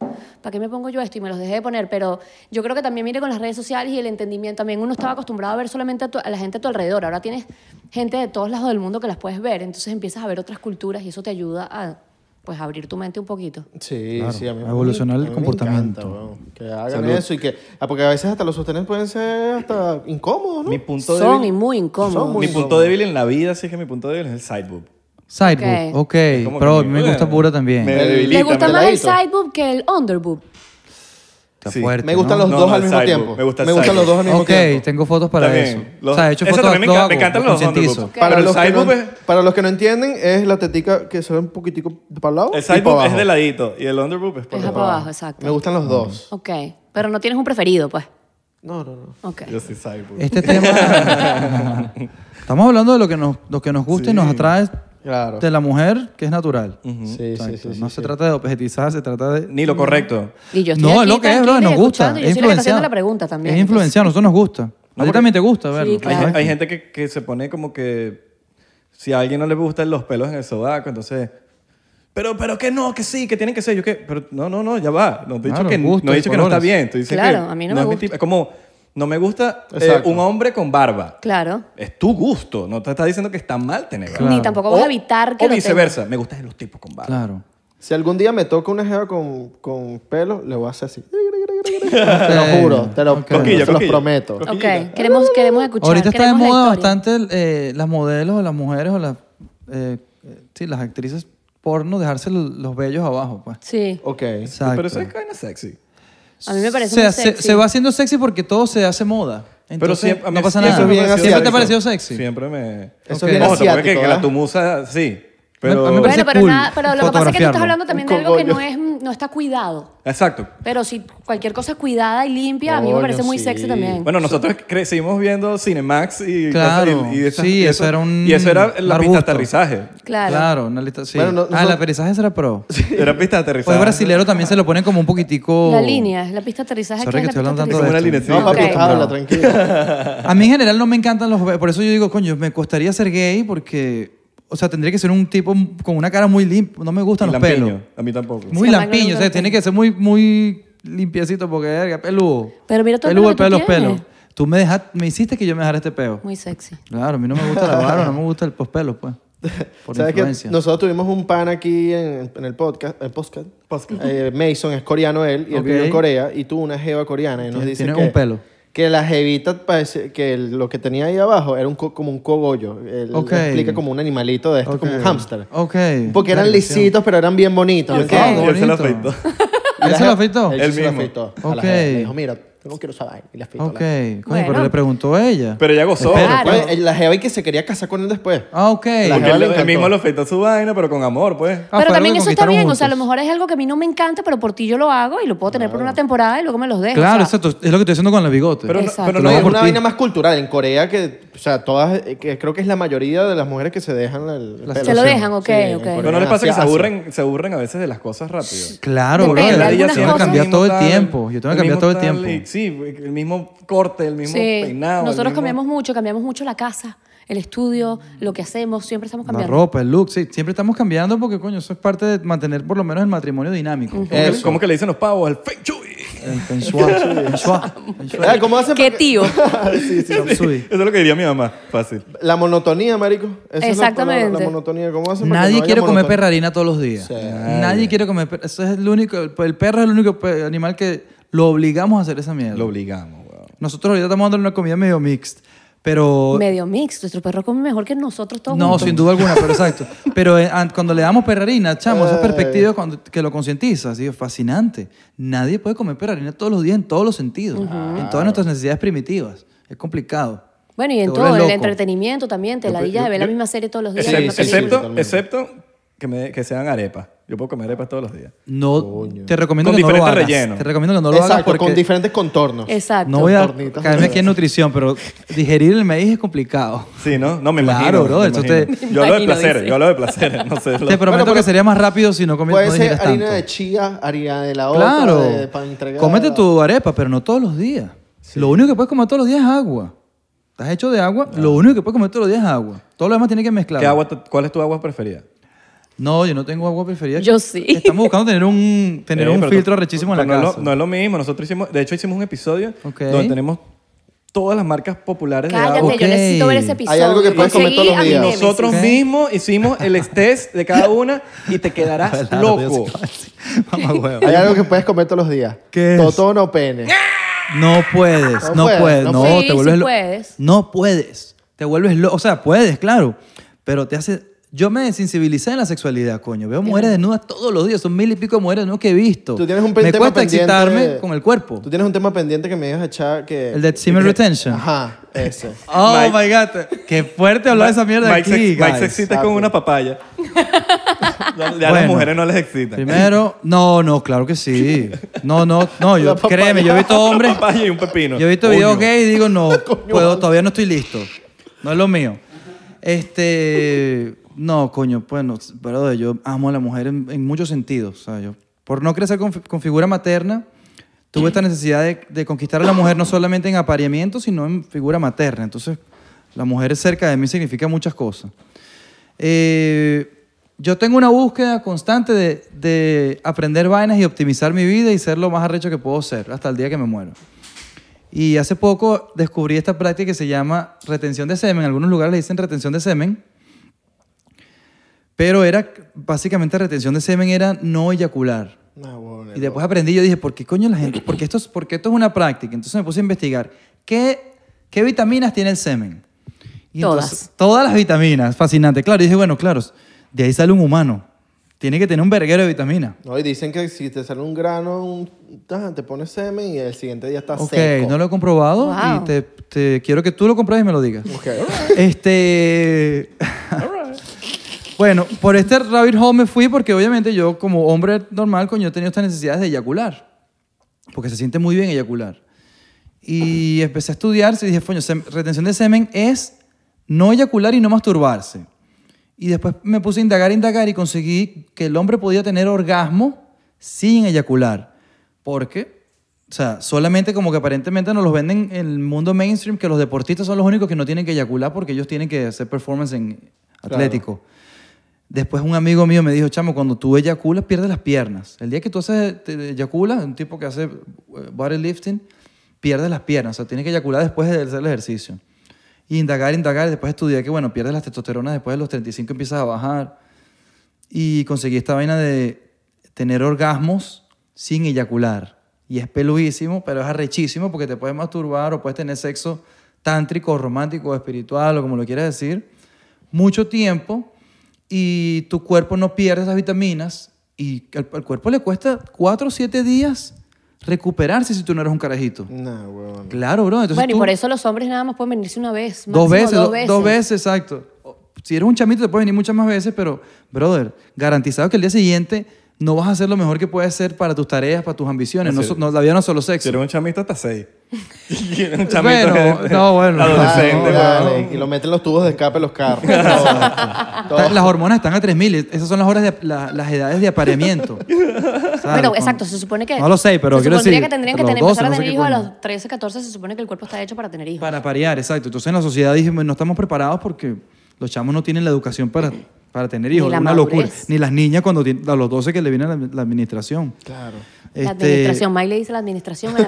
¿Para qué me pongo yo esto? Y me los dejé de poner. Pero yo creo que también mire con las redes sociales y el entendimiento. También uno estaba acostumbrado a ver solamente a, tu- a la gente a tu alrededor. Ahora tienes gente de todos lados del mundo que las puedes ver. Entonces empiezas a ver otras culturas y eso te ayuda a pues abrir tu mente un poquito. Sí, Claro, sí, a mí a evolucionar a mí el me comportamiento. encanta, weón, que hagan Salud. eso y que. ah, Porque a veces hasta los sostenes pueden ser hasta incómodos, ¿no? Mi punto Son y débil. muy incómodos. muy Mi punto incómodo. débil en la vida, sí que mi punto débil es el sideboob. Sidebook, ok. Es como Pero a que mí me- me gusta pura también. Me Está debilita. Me gusta me- más el peladito. sideboob que el underboob. Sí. fuerte, Me gustan ¿no? los No, dos no, al el mismo sidebook. tiempo. Me gusta el gustan los sidebook. dos al mismo Ok, tiempo. tengo fotos para También. eso. Los- o sea, he hecho eso fotos, también me lo enca- hago, me encantan lo los concientizo. underboob. Para, Pero el los que no, sidebook es- para los que no entienden, es la tetica que se ve un poquitico para el lado. y El para sideboob es abajo. de Mm. ladito y el underboob es Es para para abajo. abajo, exacto. Me gustan los dos. Ok, pero no tienes un preferido, pues. No, no, no. Ok. Yo soy sideboob. Este tema... Estamos hablando de lo que nos, lo que nos gusta y nos atrae Claro. de la mujer, que es natural. Sí, sí, Exacto. sí, sí, no sí. se trata de objetizar, se trata de... Ni lo correcto. Y yo estoy No, es aquí lo que es, bro, tranquila nos y gusta. escuchando, y Es yo soy la que está haciendo influenciado. la pregunta también. Es entonces- influenciado, nosotros nos gusta. a ti porque- también te gusta verlo. claro. Hay, ¿sabes? hay gente que, que se pone como que si a alguien no le gustan los pelos en el sobaco, entonces... Pero, pero que no, que sí, que tienen que ser. Yo que, pero no, no, no, ya va. No te he dicho, Claro, que, gustos, no, he dicho que no está colores. bien. Tú dices Claro, que a mí no me es mi gusta. tipo. Es como, no me gusta eh, Exacto. un hombre con barba. Claro. Es tu gusto. No te está diciendo que está mal tener barba. Ni tampoco vas a evitar que O lo viceversa. Me gustan los tipos con barba. Claro. Si algún día me toca una jeva con, con pelo, le voy a hacer así. Te lo juro, te lo, Ok. te lo- Coquillo, se los Eh, coquillo. prometo. Coquillo. tengas. Ok, queremos, queremos escuchar. Ahorita está de queremos la moda historia. bastante eh, las modelos o las mujeres o las, eh, eh, sí, las actrices porno dejarse l- los vellos abajo, pues. Sí, Ok. Exacto. Pero eso es vaina sexy. a mí me parece O sea, muy se, sexy. se va haciendo sexy porque todo se hace moda. pero Entonces, siempre, a mí no pasa siempre nada. eso es me bien ¿Siempre te asiático. ha parecido sexy? Siempre me... Eso Ok. es bien Ojo, tampoco es que, asiático, que la ¿verdad? tumusa, sí. A Pero... mí me parece Bueno, pero, cool nada, pero lo que pasa es que tú estás fotografiarlo. hablando también de Un algo que no, cogollo. es, no está cuidado. Exacto. Pero si cualquier cosa es cuidada y limpia, a mí me Coño, parece muy sí. sexy también. Bueno, nosotros crecimos viendo Cinemax y... Claro, y- y esas- sí, y eso era un Y eso era la pista de arbusto. aterrizaje. claro. Claro, una lista- sí. Bueno, no- ah, el nosotros- aperizaje era pro. Era pista de aterrizaje. Pues brasilero también se lo ponen como un poquitico... La línea, la pista de aterrizaje. Sorry ¿qué que es la estoy hablando tanto pista Como de una esto. línea, sí. No, papi, Ok. habla, tranquilo. A mí en general no me encantan los ve- Por eso yo digo, coño, me costaría ser gay porque... O sea, tendría que ser un tipo con una cara muy limpia. No me gustan Y los lampiño. pelos. A mí tampoco. Muy Sí, a Michael lampiño, o sea, Jordan. tiene que ser muy, muy limpiecito porque verga, peludo. Pero mira todo el peludo, pelo que tú peludo, tienes. peludo. Tú me, dejaste, me hiciste que yo me dejara este peo. Muy sexy. Claro, a mí no me gusta la barba, no me gusta el pospelo, pues. Por ¿Sabes influencia. que nosotros tuvimos un pan aquí en, en el podcast, el podcast, Eh, Mason es coreano él y él Ok. vive en Corea y tuvo una jeva coreana y nos Tiene- dice tiene que, un pelo. que la jevita parece- que el- lo que tenía ahí abajo era un co- como un cogollo, él Ok. explica como un animalito de esto, como un hámster. Ok. Porque eran Verga, sí. lisitos pero eran bien bonitos. Ok. ¿entiendes? Ah, Él se lo bonito. afeitó. Y ¿Él se la lo jeva- afeitó? Él Él sí se lo mismo. afeitó. a la Ok. jeva. Le dijo, mira, no quiero saber. Y le afeitó. a la Ok, jeva. coño, pero Bueno. le preguntó ella. Pero ella gozó. Espera. Claro. Pues, el- la jeva y que se quería casar con él después. ah, ok. Porque La jeva él, le él encantó. mismo lo afeitó su vaina, pero con amor, pues. Ah, fue pero algo también que eso está conquistaron bien, o sea, a lo juntos. mejor es algo que a mí no me encanta, pero por ti yo lo hago y lo puedo tener por una temporada y luego me los dejo. Claro, o sea, exacto. Es lo que estoy haciendo con la bigote. Pero, no, Exacto. pero Te lo no, No, hago es por una ti. vaina más cultural. En Corea, que, o sea, todas, eh, que creo que es la mayoría de las mujeres que se dejan el La pelo. Se lo Sí. dejan, ok, en ok. Corea, pero no les pasa que se hacia- aburren, se aburren a veces de las cosas rápido. Claro, bro. Depende, Yo algunas tengo que cosas. cambiar todo el mismo tal, tiempo. Yo tengo que el cambiar mismo todo el tal, y tiempo. sí, el mismo corte, el mismo sí. peinado. el Nosotros mismo- cambiamos mucho, cambiamos mucho la casa, el estudio, lo que hacemos, siempre estamos La cambiando. ropa, el look, sí. Siempre estamos cambiando porque, coño, eso es parte de mantener por lo menos el matrimonio dinámico. Mm. ¿Cómo que- Eso. ¿Cómo que le dicen los pavos? El feng shui. El feng shui, feng shui, feng shui. Ah, ¿Cómo hacen? ¿Qué para que- tío? sí, sí. Feng shui. Eso es lo que diría mi mamá. Fácil. La monotonía, marico. Esa es la palabra, la Exactamente. monotonía. ¿Cómo hacen? para que Nadie no haya quiere comer monotonía? perrarina todos los días. Nadie quiere comer per- Eso es el único. El, el perro es el único pe- animal que lo obligamos a hacer esa mierda. Lo obligamos, weón. Nosotros ahorita estamos dando una comida medio mixta, pero Medio mix, nuestro perro come mejor que nosotros todos no, juntos. sin duda alguna, pero exacto. Pero eh, an- cuando le damos perrarina, chamo, Eh. esa perspectiva cuando, que lo concientiza, así es fascinante. Nadie puede comer perrarina todos los días en todos los sentidos, en todas nuestras necesidades primitivas. Es complicado. Bueno, y en Te todo, vuelves en el loco. entretenimiento también, te ladillas de ver la misma serie todos los días. la Excepto, misma sí, sí, película. excepto, totalmente. excepto que, me, que sean arepas. Yo puedo comer arepas todos los días. No, te recomiendo Con que no lo diferente hagas. relleno. Te recomiendo que no lo hagas Exacto, porque con diferentes contornos. Exacto. no voy a Tornitos. caerme aquí en nutrición, pero digerir el maíz es complicado. Sí, ¿no? No, me Claro, imagino. bro, me eso imagino. te- Yo hablo de Imagino, placer, dice. yo hablo de placer. No sé. lo- Te prometo pero- que sería más rápido si no, comi- Puede no ser digieras harina tanto. de chía, harina de la otra, Claro. de pan integral. Cómete tu arepa, pero no todos los días. Lo único que puedes comer todos los días es agua. Estás hecho de agua, lo único que puedes comer todos los días es agua. Todo lo demás tiene que mezclar. Ah. ¿Qué agua te- ¿Cuál es tu agua preferida? No, yo no tengo agua preferida. Yo sí. Estamos buscando tener un, tener Eh, un pero filtro tú- rechísimo en la pero no es casa. lo- no es lo mismo. Nosotros hicimos, de hecho, hicimos un episodio Ok. donde tenemos todas las marcas populares de Cállate, agua. Ok. yo necesito ver ese episodio. algo que puedes comer Conseguí todos los a mi días. nemesis. Nosotros Ok. mismos hicimos el test de cada una y te quedarás loco. Mamá huevo. Hay algo que puedes comer todos los días. ¿Qué es? Totón o pene. No puedes, No no puedes, puedes, no no, puedes. Sí, te sí vuelves lo- puedes. No puedes. Te vuelves loco. O sea, puedes, claro. Pero te hace. Yo me desensibilicé en la sexualidad, coño. Veo mujeres desnudas todos los días. Son mil y pico de mujeres desnudas que he visto. Tú tienes un Me tema cuesta pendiente- excitarme con el cuerpo. Tú tienes un tema pendiente que me ibas a echar que... El de semen retention. Ajá, ese. Oh Mike- my God. Qué fuerte hablar de esa mierda Mike, aquí. se, Mike guys. se excita con una papaya. ya ya las Bueno. mujeres no les excitan. Primero, no, no, claro que sí. No, no, no, yo, La papaya. créeme, yo he visto hombres. Una papaya y un pepino. Yo he visto videos Coño. gay y digo, no, puedo, todavía no estoy listo. No es lo mío. Este. No, coño, bueno, brother, yo amo a la mujer en, en muchos sentidos. O sea, yo, por no crecer con, fi- con figura materna, tuve esta necesidad de, de conquistar a la mujer no solamente en apareamiento, sino en figura materna. Entonces, la mujer cerca de mí significa muchas cosas. Eh, yo tengo una búsqueda constante de, de aprender vainas y optimizar mi vida y ser lo más arrecho que puedo ser hasta el día que me muero. Y hace poco descubrí esta práctica que se llama retención de semen. En algunos lugares le dicen retención de semen. Pero era, básicamente, retención de semen era no eyacular. No, bueno, Y después aprendí, yo dije, ¿por qué coño la gente? Porque esto, es- porque esto es una práctica. Entonces me puse a investigar qué, qué vitaminas tiene el semen. Y Todas. todas las vitaminas, fascinante. Claro, y dije, bueno, claro, de ahí sale un humano. Tiene que tener un verguero de vitaminas. No, y dicen que si te sale un grano, un- ah, te pones semen y el siguiente día está Ok, seco. no lo he comprobado Wow. y te, te- quiero que tú lo compruebes y me lo digas. Ok, alright. Este. bueno, por este rabbit hole me fui porque obviamente yo, como hombre normal, coño, he tenido estas necesidades de eyacular. Porque se siente muy bien eyacular. Y empecé a estudiar y dije, coño, sem- retención de semen es no eyacular y no masturbarse. Y después me puse a indagar, indagar y conseguí que el hombre podía tener orgasmo sin eyacular. Porque, o sea, solamente como que aparentemente nos los venden en el mundo mainstream que los deportistas son los únicos que no tienen que eyacular porque ellos tienen que hacer performance en atlético. Después un amigo mío me dijo, chamo, cuando tú eyaculas pierdes las piernas. El día que tú haces, te eyaculas, un tipo que hace eh, bodylifting, pierdes las piernas. O sea, tienes que eyacular después de hacer el ejercicio. Y indagar, indagar, y después estudiar que, bueno, pierdes las testosteronas después de los 35 empiezas a bajar. Y conseguí esta vaina de tener orgasmos sin eyacular. Y es peludísimo, pero es arrechísimo porque te puedes masturbar o puedes tener sexo tántrico, romántico, espiritual o como lo quieras decir, mucho tiempo y tu cuerpo no pierde esas vitaminas Y al, al cuerpo le cuesta 4 o 7 días recuperarse si tú no eres un carajito. No, huevón. Claro, bro. Entonces Mm. bueno, y tú- por eso los hombres nada más pueden venirse una vez. Dos máximo veces, do- dos dos veces, exacto. O- Si eres un chamito, te puedes venir muchas más veces, pero, brother, garantizado que el día siguiente no vas a hacer lo mejor que puedes ser para tus tareas, para tus ambiciones. No, No, sí. so- no, la vida no es solo sexo. Quiero un chamito hasta seis. Quiero un Bueno, de- de- no, bueno. Adolescente, Ah, no, weón. dale, Y lo meten los tubos de escape en los carros. Todo. Está- las hormonas están a 3000. Esas son las, horas de- la- las edades de apareamiento. ¿Sabes? Bueno, Cuando- exacto, se supone que. No lo sé, pero se quiero supondría decir, que tendrían que los tener, 12, empezar a no sé tener qué hijos a coño. los 13, 14. Se supone que el cuerpo está hecho para tener hijos. Para parear, exacto. Entonces en la sociedad dijimos, no estamos preparados porque los chamos no tienen la educación para, para tener hijos. la Es una locura. madurez. Ni las niñas cuando tien- a los 12 que le viene la, la administración. Claro. La Este, administración. Mike le dice la administración a la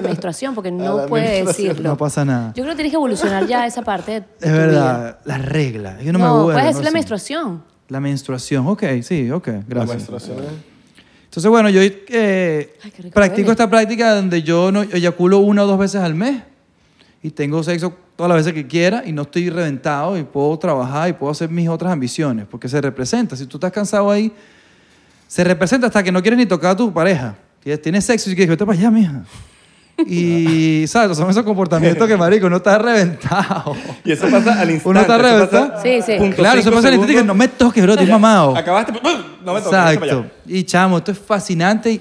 menstruación porque no puede decirlo. No pasa nada. Yo creo que tienes que evolucionar ya esa parte. de tu Es vida. verdad, las reglas. Yo no, me acuerdo, puedes decir la sé. menstruación. La menstruación, ok, sí, ok, La gracias. menstruación es- Entonces, bueno, yo eh, Ay, qué rico practico huele. esta práctica donde yo no eyaculo una o dos veces al mes y tengo sexo todas las veces que quiera y no estoy reventado y puedo trabajar y puedo hacer mis otras ambiciones porque se representa. Si tú estás cansado ahí, se representa hasta que no quieres ni tocar a tu pareja. Tienes- Tienes sexo y quieres, vete para allá, mija. Y, ¿sabes? Son esos comportamientos que, marico, uno está reventado. Y eso pasa al instante. Uno está eso pasa reventado. Sí, sí. punto Claro, eso cinco pasa en el instante que segundos. no me toques, bro, te Ya, mamado. Acabaste, ¡pum! no me toques. Exacto. Y chamo, esto es fascinante y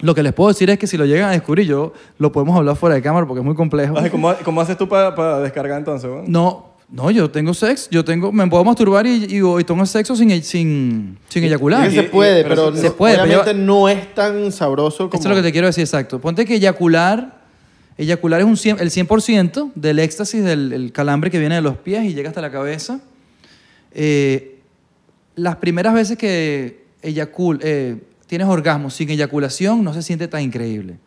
lo que les puedo decir es que si lo llegan a descubrir, yo lo podemos hablar fuera de cámara porque es muy complejo. Ay, ¿cómo, ¿Cómo haces tú para descargar entonces? weón? No, no, yo tengo sexo, yo tengo, me puedo masturbar y, y, y tengo sexo sin, sin, sin eyacular. Es que Y- se puede, y- pero pero, se- se no- puede, pero obviamente yo- no es tan sabroso como... Esto es lo que te quiero decir, exacto. Ponte que eyacular, eyacular es un cien- el 100% del éxtasis, del el calambre que viene de los pies y llega hasta la cabeza. Eh, las primeras veces que eyacul, eh, tienes orgasmo sin eyaculación no se siente tan increíble.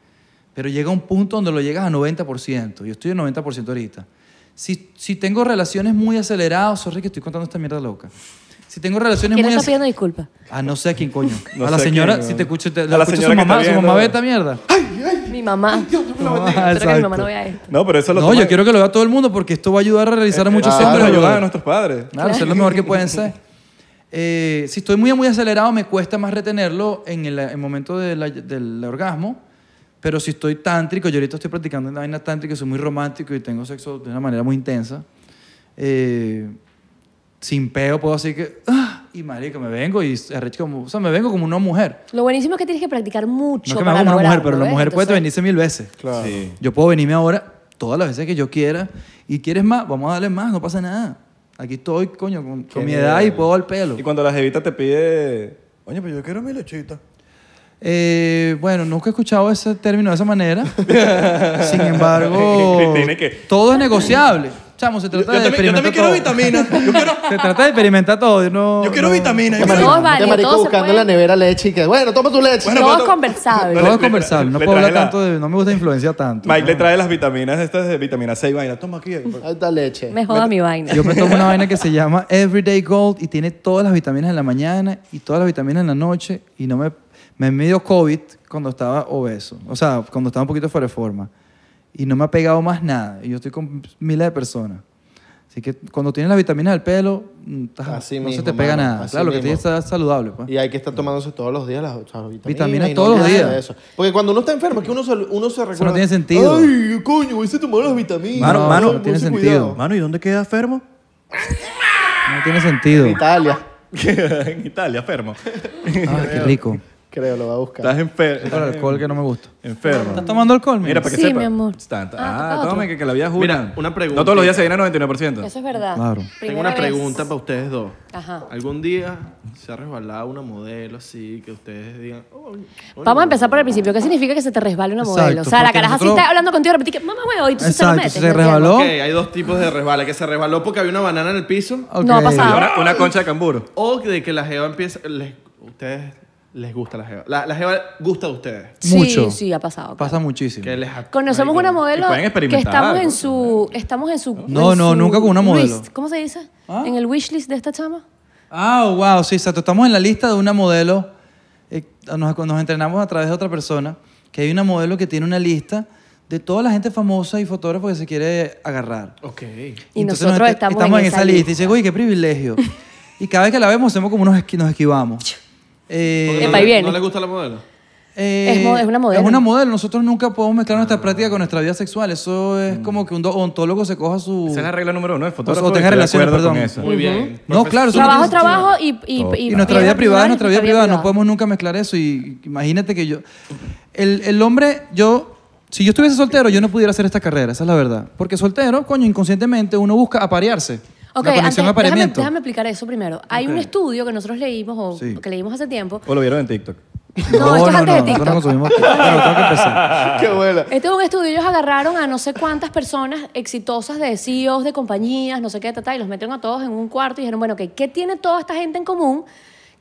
Pero llega un punto donde lo llegas a 90%. Yo estoy en 90% ahorita. Si, si tengo relaciones muy aceleradas, sorry que estoy contando esta mierda loca. Si tengo relaciones ¿Quién le muy está aceleradas... pidiendo disculpas? Ah, no sé a quién coño. No a la sé a señora, quién, si weón. te escucha, te, A la la escucha su señora que mamá, está su mamá viendo. Ah, ve esta mierda. Mi Ah, mamá. Espero que mi mamá exacto. no vea esto. No, pero eso lo No, toma- yo quiero que lo vea todo el mundo porque esto va a ayudar a realizar a muchos Claro, hombres. ayudar weón. a nuestros padres. Claro, eso es lo mejor que pueden ser. Eh, si estoy muy, muy acelerado, me cuesta más retenerlo en el, el momento de la- del orgasmo. Pero si estoy tántrico, yo ahorita estoy practicando una vaina tántrica, soy muy romántico y tengo sexo de una manera muy intensa. eh, sin peo puedo así que... ¡ah! y marico, me vengo y arrecho como... O sea, me vengo como una mujer. Lo buenísimo es que tienes que practicar No mucho. es que me para hago como una mujer, lograrlo, pero la ¿ves? mujer puede Entonces, venirse mil veces. Claro. Sí. Yo puedo venirme ahora todas las veces que yo quiera. Y quieres más, vamos a darle más, no pasa nada. Aquí estoy, coño, con, con mi edad y puedo al pelo. Y cuando la jevita te pide, oye, pero yo quiero mi lechita. Eh, bueno, nunca he escuchado ese término de esa manera. Sin embargo, Tiene que- todo es negociable. Chamo, se trata yo de también- yo también quiero experimentar todo. Se trata de experimentar todo. Yo, no, Yo quiero no- vitamina. Este yo Todo quiero- es válido, este marico todo se buscando puede. en la nevera leche y que, bueno, toma tu leche. Bueno, todo pero- es conversable. Todo Le- es le- conversable. No le puedo traje hablar la- tanto de... No me gusta influenciar tanto. Mike le trae las vitaminas estas de vitamina C y vaina. Toma aquí. pues. Ahí está leche. Me joda mi vaina. Yo me tomo una vaina que se llama Everyday Gold y tiene todas las vitaminas en la mañana y todas las vitaminas en la noche y no me... Me me dio COVID cuando estaba obeso. O sea, cuando estaba un poquito fuera de forma. Y no me ha pegado más nada. Y yo estoy con miles de personas. Así que cuando tienes las vitaminas del pelo, mm, estás- Así no mismo, se te pega mano, nada. así claro, lo que tienes mismo. está saludable. Pues. Y hay que estar tomándose todos los días las o sea, vitaminas. Vitaminas y no todos los nada de días. eso. Porque cuando uno está enfermo, es que uno se, uno se recuerda. tiene sentido. Ay, coño, hubiese tomado las vitaminas. Mano, Ay, mano, me tiene hubiese sentido. cuidado. Mano, ¿y dónde queda Fermo? No tiene sentido. En Italia, en Italia, Fermo. Ah, qué rico. creo, lo va a buscar. Estás enfer- Por el alcohol que no me gusta. enfermo. ¿Estás tomando alcohol? Mira, para que Sí, sepa. mi amor. Tanta- Ah, Ah, toca otro. tome, que, que la vida es Mira, una. una pregunta. No todos los días se viene a 99%. Eso es verdad. Claro. Primera vez. ustedes dos. Ajá. ¿Algún día se ha resbalado una modelo así que ustedes digan... "Oh, Vamos a empezar por el principio. ¿Qué significa que se te resbale una Exacto, modelo? o sea, la porque caraja nosotros- sí está hablando contigo y de repente que, mamá, huevo, y tú sí te lo Exacto, metes. se ¿me resbaló. entiendes? Ok, hay dos tipos de resbales. Que se resbaló porque había una banana en el piso. Ok. No ha pasado. Una, una concha de camburo. O de que la jeva empieza... les- ustedes les gusta la jeva. La, la jeva gusta a ustedes. Mucho. Sí, sí, ha pasado. Pasa muchísimo. Que les ha- Conocemos una modelo Y pueden que experimentar, estamos en ¿no? su... Estamos en su No, en no, su nunca con una modelo. list. ¿Cómo se dice? En el wishlist de esta chama. Ah, wow, sí, exacto. Estamos en la lista de una modelo. eh, nos, nos entrenamos a través de otra persona. Que hay una modelo que tiene una lista de toda la gente famosa y fotógrafo que se quiere agarrar. Ok. Y Entonces nosotros nos- estamos, en esa lista. Y dice, uy, qué privilegio. y cada vez que la vemos, hacemos como unos esqui- nos esquivamos. Eh, Porque Epa, no, ahí le- viene. ¿No le gusta la modelo? eh, Es mo- es una modelo. Es una modelo. Nosotros nunca podemos mezclar Ah. nuestra práctica con nuestra vida sexual. Eso es como que un do- ontólogo se coja Uh. su... Mm. Esa es la regla número uno. El fotógrafo O tener estoy de relaciones, acuerdo con perdón. eso. Muy bien. No, claro. eso no Trabajo, tiene sentido. trabajo y... Y, Todo. Y nuestra vida privada es nuestra vida privada. No podemos podemos nunca mezclar eso. Y imagínate que yo... El, el hombre, yo... Si yo estuviese soltero, yo no pudiera hacer esta carrera. Esa es la verdad. Porque soltero, coño, inconscientemente uno busca aparearse. Ok, la conexión antes, déjame, apareamiento. déjame explicar eso primero. Hay un estudio que nosotros leímos o Sí. que leímos hace tiempo. O lo vieron en TikTok. No, esto es antes de nosotros no TikTok. consumimos TikTok. Bueno, tengo que empezar. Qué buena. Este es un estudio, ellos agarraron a no sé cuántas personas exitosas de CEOs, de compañías, no sé qué, ta, ta, y los metieron a todos en un cuarto y dijeron, bueno, ok, ¿qué tiene toda esta gente en común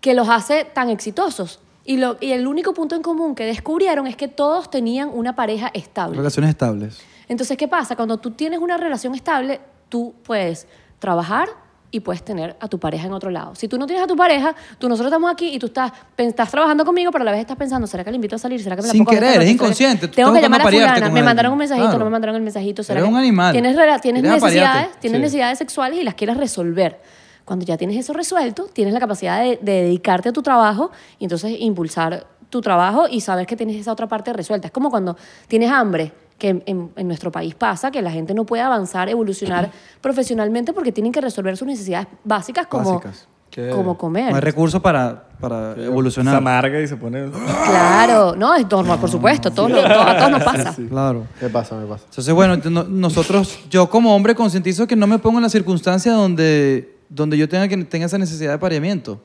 que los hace tan exitosos? Y, lo, y el único punto en común que descubrieron es que todos tenían una pareja estable. Relaciones estables. Entonces, ¿qué pasa? Cuando tú tienes una relación estable, tú puedes trabajar y puedes tener a tu pareja en otro lado. Si tú no tienes a tu pareja, tú nosotros estamos aquí y tú estás, pen- estás trabajando conmigo, pero a la vez estás pensando, ¿será que le invito a salir? ¿Será que me la Sin pongo a ver querer, esta es noche? inconsciente. Tú Tengo estás que llamar a buscando fulana. aparearte con Me alguien. mandaron un mensajito, Claro. no me mandaron el mensajito. ¿será Eres que- un animal. Tienes, rela- tienes Quieres aparearte. necesidades, tienes Sí. necesidades sexuales y las quieres resolver. Cuando ya tienes eso resuelto, tienes la capacidad de, de dedicarte a tu trabajo y entonces impulsar tu trabajo y saber que tienes esa otra parte resuelta. Es como cuando tienes hambre, que en, en- en nuestro país pasa, que la gente no puede avanzar, evolucionar profesionalmente porque tienen que resolver sus necesidades básicas como, Básicas. como comer. No hay recursos para, para Se evolucionar. amarga y se pone... Claro, no, es normal, por supuesto, todos, lo- to- a todos nos pasa. Claro. Me pasa, me pasa. Entonces, bueno, ent- no- nosotros, yo como hombre concientizo que no me pongo en la circunstancia donde, donde yo tenga, que, tenga esa necesidad de apareamiento.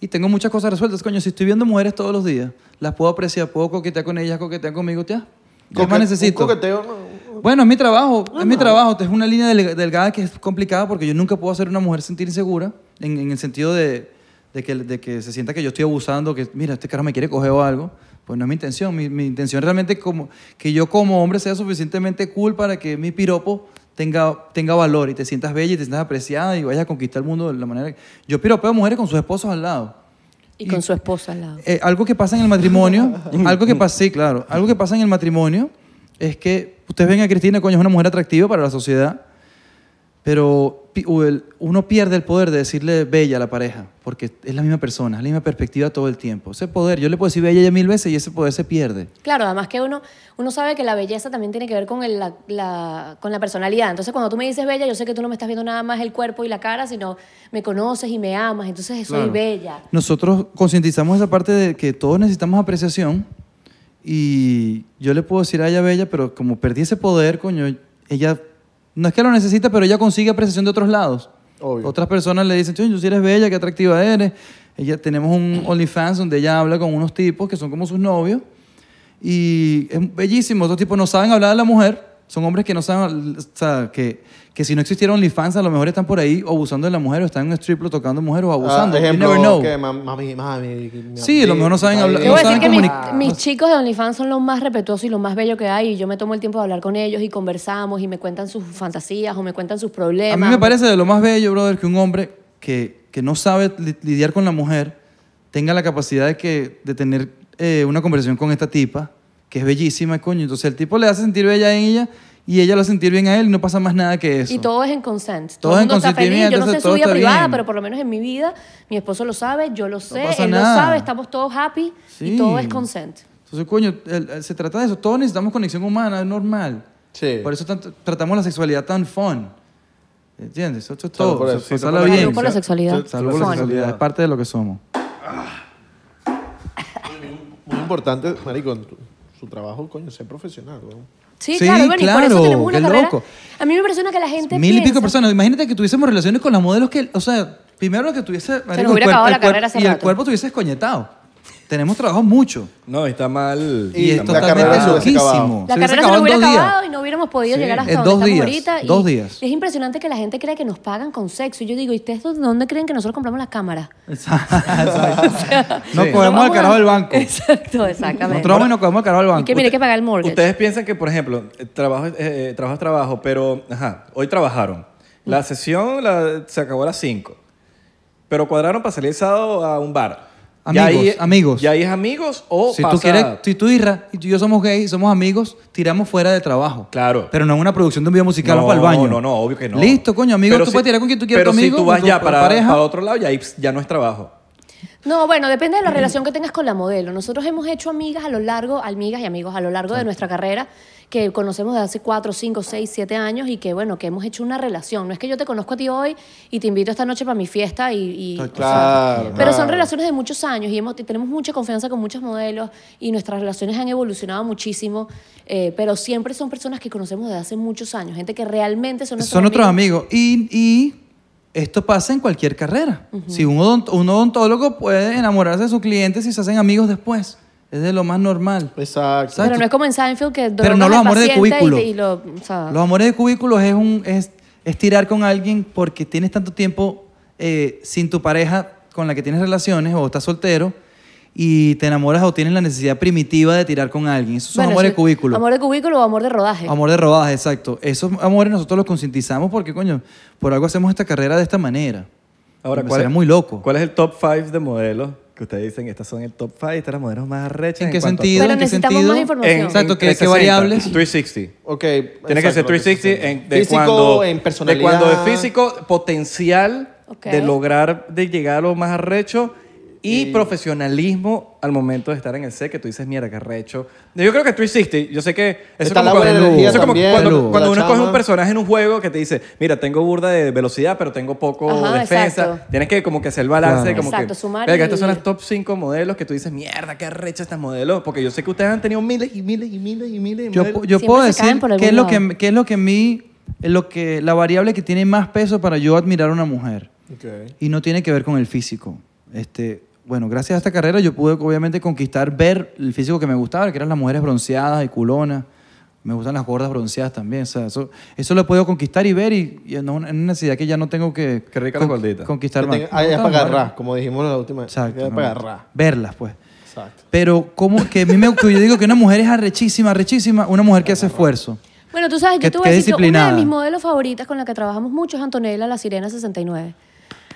Y tengo muchas cosas resueltas. Coño, si estoy viendo mujeres todos los días, las puedo apreciar, puedo coquetear con ellas, coquetear conmigo, tía. ¿Qué Coque- más un necesito? coqueteo, no. Bueno, es mi trabajo, es mi trabajo. Es una línea delga- delgada que es complicada porque yo nunca puedo hacer a una mujer sentir insegura en, en el sentido de, de que, de que se sienta que yo estoy abusando, que mira, este carajo me quiere coger o algo. Pues no es mi intención. Mi, mi intención es realmente como, que yo como hombre sea suficientemente cool para que mi piropo tenga, tenga valor y te sientas bella y te sientas apreciada y vayas a conquistar el mundo de la manera que... Yo piropeo a mujeres con sus esposos al lado. Y con su esposa al lado. Eh, algo que pasa en el matrimonio, algo que pasa, sí, claro, algo que pasa en el matrimonio es que ustedes ven a Cristina, coño, es una mujer atractiva para la sociedad, pero pi- o el- uno pierde el poder de decirle bella a la pareja, porque es la misma persona, es la misma perspectiva todo el tiempo. Ese poder, yo le puedo decir bella ya mil veces y ese poder se pierde. Claro, además que uno, uno sabe que la belleza también tiene que ver con, el- la, la- con la personalidad. Entonces, cuando tú me dices bella, yo sé que tú no me estás viendo nada más el cuerpo y la cara, sino me conoces y me amas. Entonces, soy Claro. bella. Nosotros concientizamos esa parte de que todos necesitamos apreciación y yo le puedo decir a ella bella, pero como perdí ese poder, coño, ella no es que lo necesita, pero ella consigue apreciación de otros lados. Obvio. Otras personas le dicen, "Coño, si eres bella, qué atractiva eres. Ella, tenemos un OnlyFans donde ella habla con unos tipos que son como sus novios y es bellísimo. Esos tipos no saben hablar de la mujer. Son hombres que no saben, o sea, que, que si no existiera OnlyFans, a lo mejor están por ahí o abusando de la mujer o están en un strip club tocando mujer o abusando. Ah, You ejemplo, never know. que ma- mami, mami. mi- Sí, a lo mejor no saben hablar- Yo no voy a saben decir que mis, comunicar. mis chicos de OnlyFans son los más respetuosos y los más bellos que hay. Y yo me tomo el tiempo de hablar con ellos y conversamos y me cuentan sus fantasías o me cuentan sus problemas. A mí me parece de lo más bello, brother, que un hombre que, que no sabe li- lidiar con la mujer tenga la capacidad de, que, de tener eh, una conversación con esta tipa, que es bellísima, coño. Entonces el tipo le hace sentir bella a ella y ella lo hace sentir bien a él y no pasa más nada que eso. Y todo es en consent. Todo Todo, en el mundo está feliz. consentimiento, Yo no sé entonces su todo vida está privada, bien. pero por lo menos en mi vida, mi esposo lo sabe, yo lo sé, pasa él nada. lo sabe, estamos todos happy Sí. y todo es consent. Entonces, coño, el- el- se trata de eso. Todos necesitamos conexión humana, es normal. Sí. Por eso tanto- tratamos la sexualidad tan fun. ¿Entiendes? Eso es Salud todo. por Por eso. eso, Sí, pasarla salud por bien. Salud por la sexualidad. Salud por la Fun. sexualidad. Es parte de lo que somos. Muy importante, marico, tu- su trabajo, coño, ser profesional, weón. Sí, Sí, claro, bueno, y por claro, eso tenemos una qué carrera. loco. A mí me impresiona que la gente Mil y pico de piensa- personas. Imagínate que tuviésemos relaciones con las modelos que, o sea, primero que tuviese marico, el hubiera cuerpo- acabado el la cuerpo- carrera hace y el rato. cuerpo tuviese escoñetado. Tenemos trabajado mucho. No, está mal. Y, es la totalmente carrera se hubiese loquísimo. acabado. La Se carrera se nos hubiera en dos días. acabado y no hubiéramos podido Sí. llegar hasta En donde dos estamos días, ahorita. y dos días. Es impresionante que la gente cree que nos pagan con sexo. Y yo digo, ¿y ustedes dó- dónde creen que nosotros compramos las cámaras? Exacto. Nos Sí. cogemos al vamos carajo a- del banco. Exacto, exactamente. Nos trabamos y nos cogemos al carajo del y que banco. mire, hay que pagar el mortgage. Ustedes piensan que, por ejemplo, eh, trabajo, es- eh, eh, trabajo es trabajo, pero, ajá, hoy trabajaron. La sesión la- se acabó a las 5. Pero cuadraron para salir el sábado a un bar. Ya Amigos, ahí- amigos. Ya ahí es amigos o Si pasa- tú quieres, si tú y, Ra- y tú y yo somos gays, somos amigos, tiramos fuera de trabajo. Claro. Pero no en una producción de un video musical No, o para el baño. No, no, obvio que no. Listo, coño, amigo, Pero tú si- puedes tirar con quien tú quieras, Pero tu amigo, si tú vas con tu ya para, pareja. para otro lado, ya, ahí ya no es trabajo. No, bueno, depende de la relación que tengas con la modelo. Nosotros hemos hecho amigas a lo largo, amigas y amigos a lo largo de nuestra carrera, que conocemos de hace 4, 5, 6, 7 años y que, bueno, que hemos hecho una relación. No es que yo te conozco a ti hoy y te invito esta noche para mi fiesta y... y- Está o sea, claro, Pero son claro. relaciones de muchos años y hemos, tenemos mucha confianza con muchos modelos y nuestras relaciones han evolucionado muchísimo, eh, pero siempre son personas que conocemos de hace muchos años, gente que realmente son nuestros Son otros amigos. Y, y esto pasa en cualquier carrera. Si un, odont- un odontólogo puede enamorarse de su cliente si se hacen amigos después. Es de lo más normal. Exacto. ¿Sabes? Pero Tú- no es como en Seinfeld que Pero no los drogas al amores de paciente y- cubículo. y lo- o sea, Los amores de cubículos es un es, es tirar con alguien porque tienes tanto tiempo eh, sin tu pareja con la que tienes relaciones o estás soltero y te enamoras o tienes la necesidad primitiva de tirar con alguien. Esos son bueno, amores eso- de cubículo. Amor de cubículo o amor de rodaje. Amor de rodaje, exacto. Esos amores nosotros los concientizamos porque, coño, por algo hacemos esta carrera de esta manera. Ahora, Me ¿cuál sería es, muy loco. ¿Cuál es el top 5 de modelos que ustedes dicen? Estas son el top 5, estas son las modelos más rechas. ¿En qué cuanto a- sentido? Pero ¿En qué necesitamos sentido? más información. En- Exacto, ¿qué, qué 360, variables? 360. Ok. Tiene que ser 360 en, de físico, cuando, en personalidad. De cuando de físico, potencial Ok. de lograr, de llegar a lo más arrecho y, Y- profesionalismo al momento de estar en el set, que tú dices, mira, qué arrecho. Yo creo que 360, yo sé que... Eso Está es como la buena cuando, energía eso es como también, cuando, la cuando uno coge chama. un personaje en un juego que te dice, mira, tengo burda de velocidad, pero tengo poco Ajá, defensa. exacto. Tienes que como que hacer el balance. Claro. Como Exacto, que, sumar Verga, y estas son las dividir. top 5 modelos que tú dices, mierda, qué arrecho estas modelos. Porque yo sé que ustedes han tenido miles y miles y miles y miles de Yo, modelos. pu- yo Siempre puedo se decir caen por qué es algún lo que, lado. qué es lo que a mí, lo que, la variable que tiene más peso para yo admirar a una mujer. Y no tiene que ver con el físico. Este, bueno, gracias a esta carrera yo pude obviamente conquistar, ver el físico que me gustaba, que eran las mujeres bronceadas y culonas. Me gustan las gordas bronceadas también. O sea, eso, eso lo he podido conquistar y ver y, y no- es una necesidad que ya no tengo que Qué rica la gordita. conquistar más. Ahí es para agarrar, como dijimos la última vez. Exacto. Es no. para agarrar. Verlas, pues. Exacto. Pero como que a mí me, que yo digo que una mujer es arrechísima, arrechísima, una mujer que hace esfuerzo. Bueno, tú sabes, Qué- yo te voy qué a decir, que una disciplinada. de mis modelos favoritas con la que trabajamos mucho es Antonella La Sirena 69.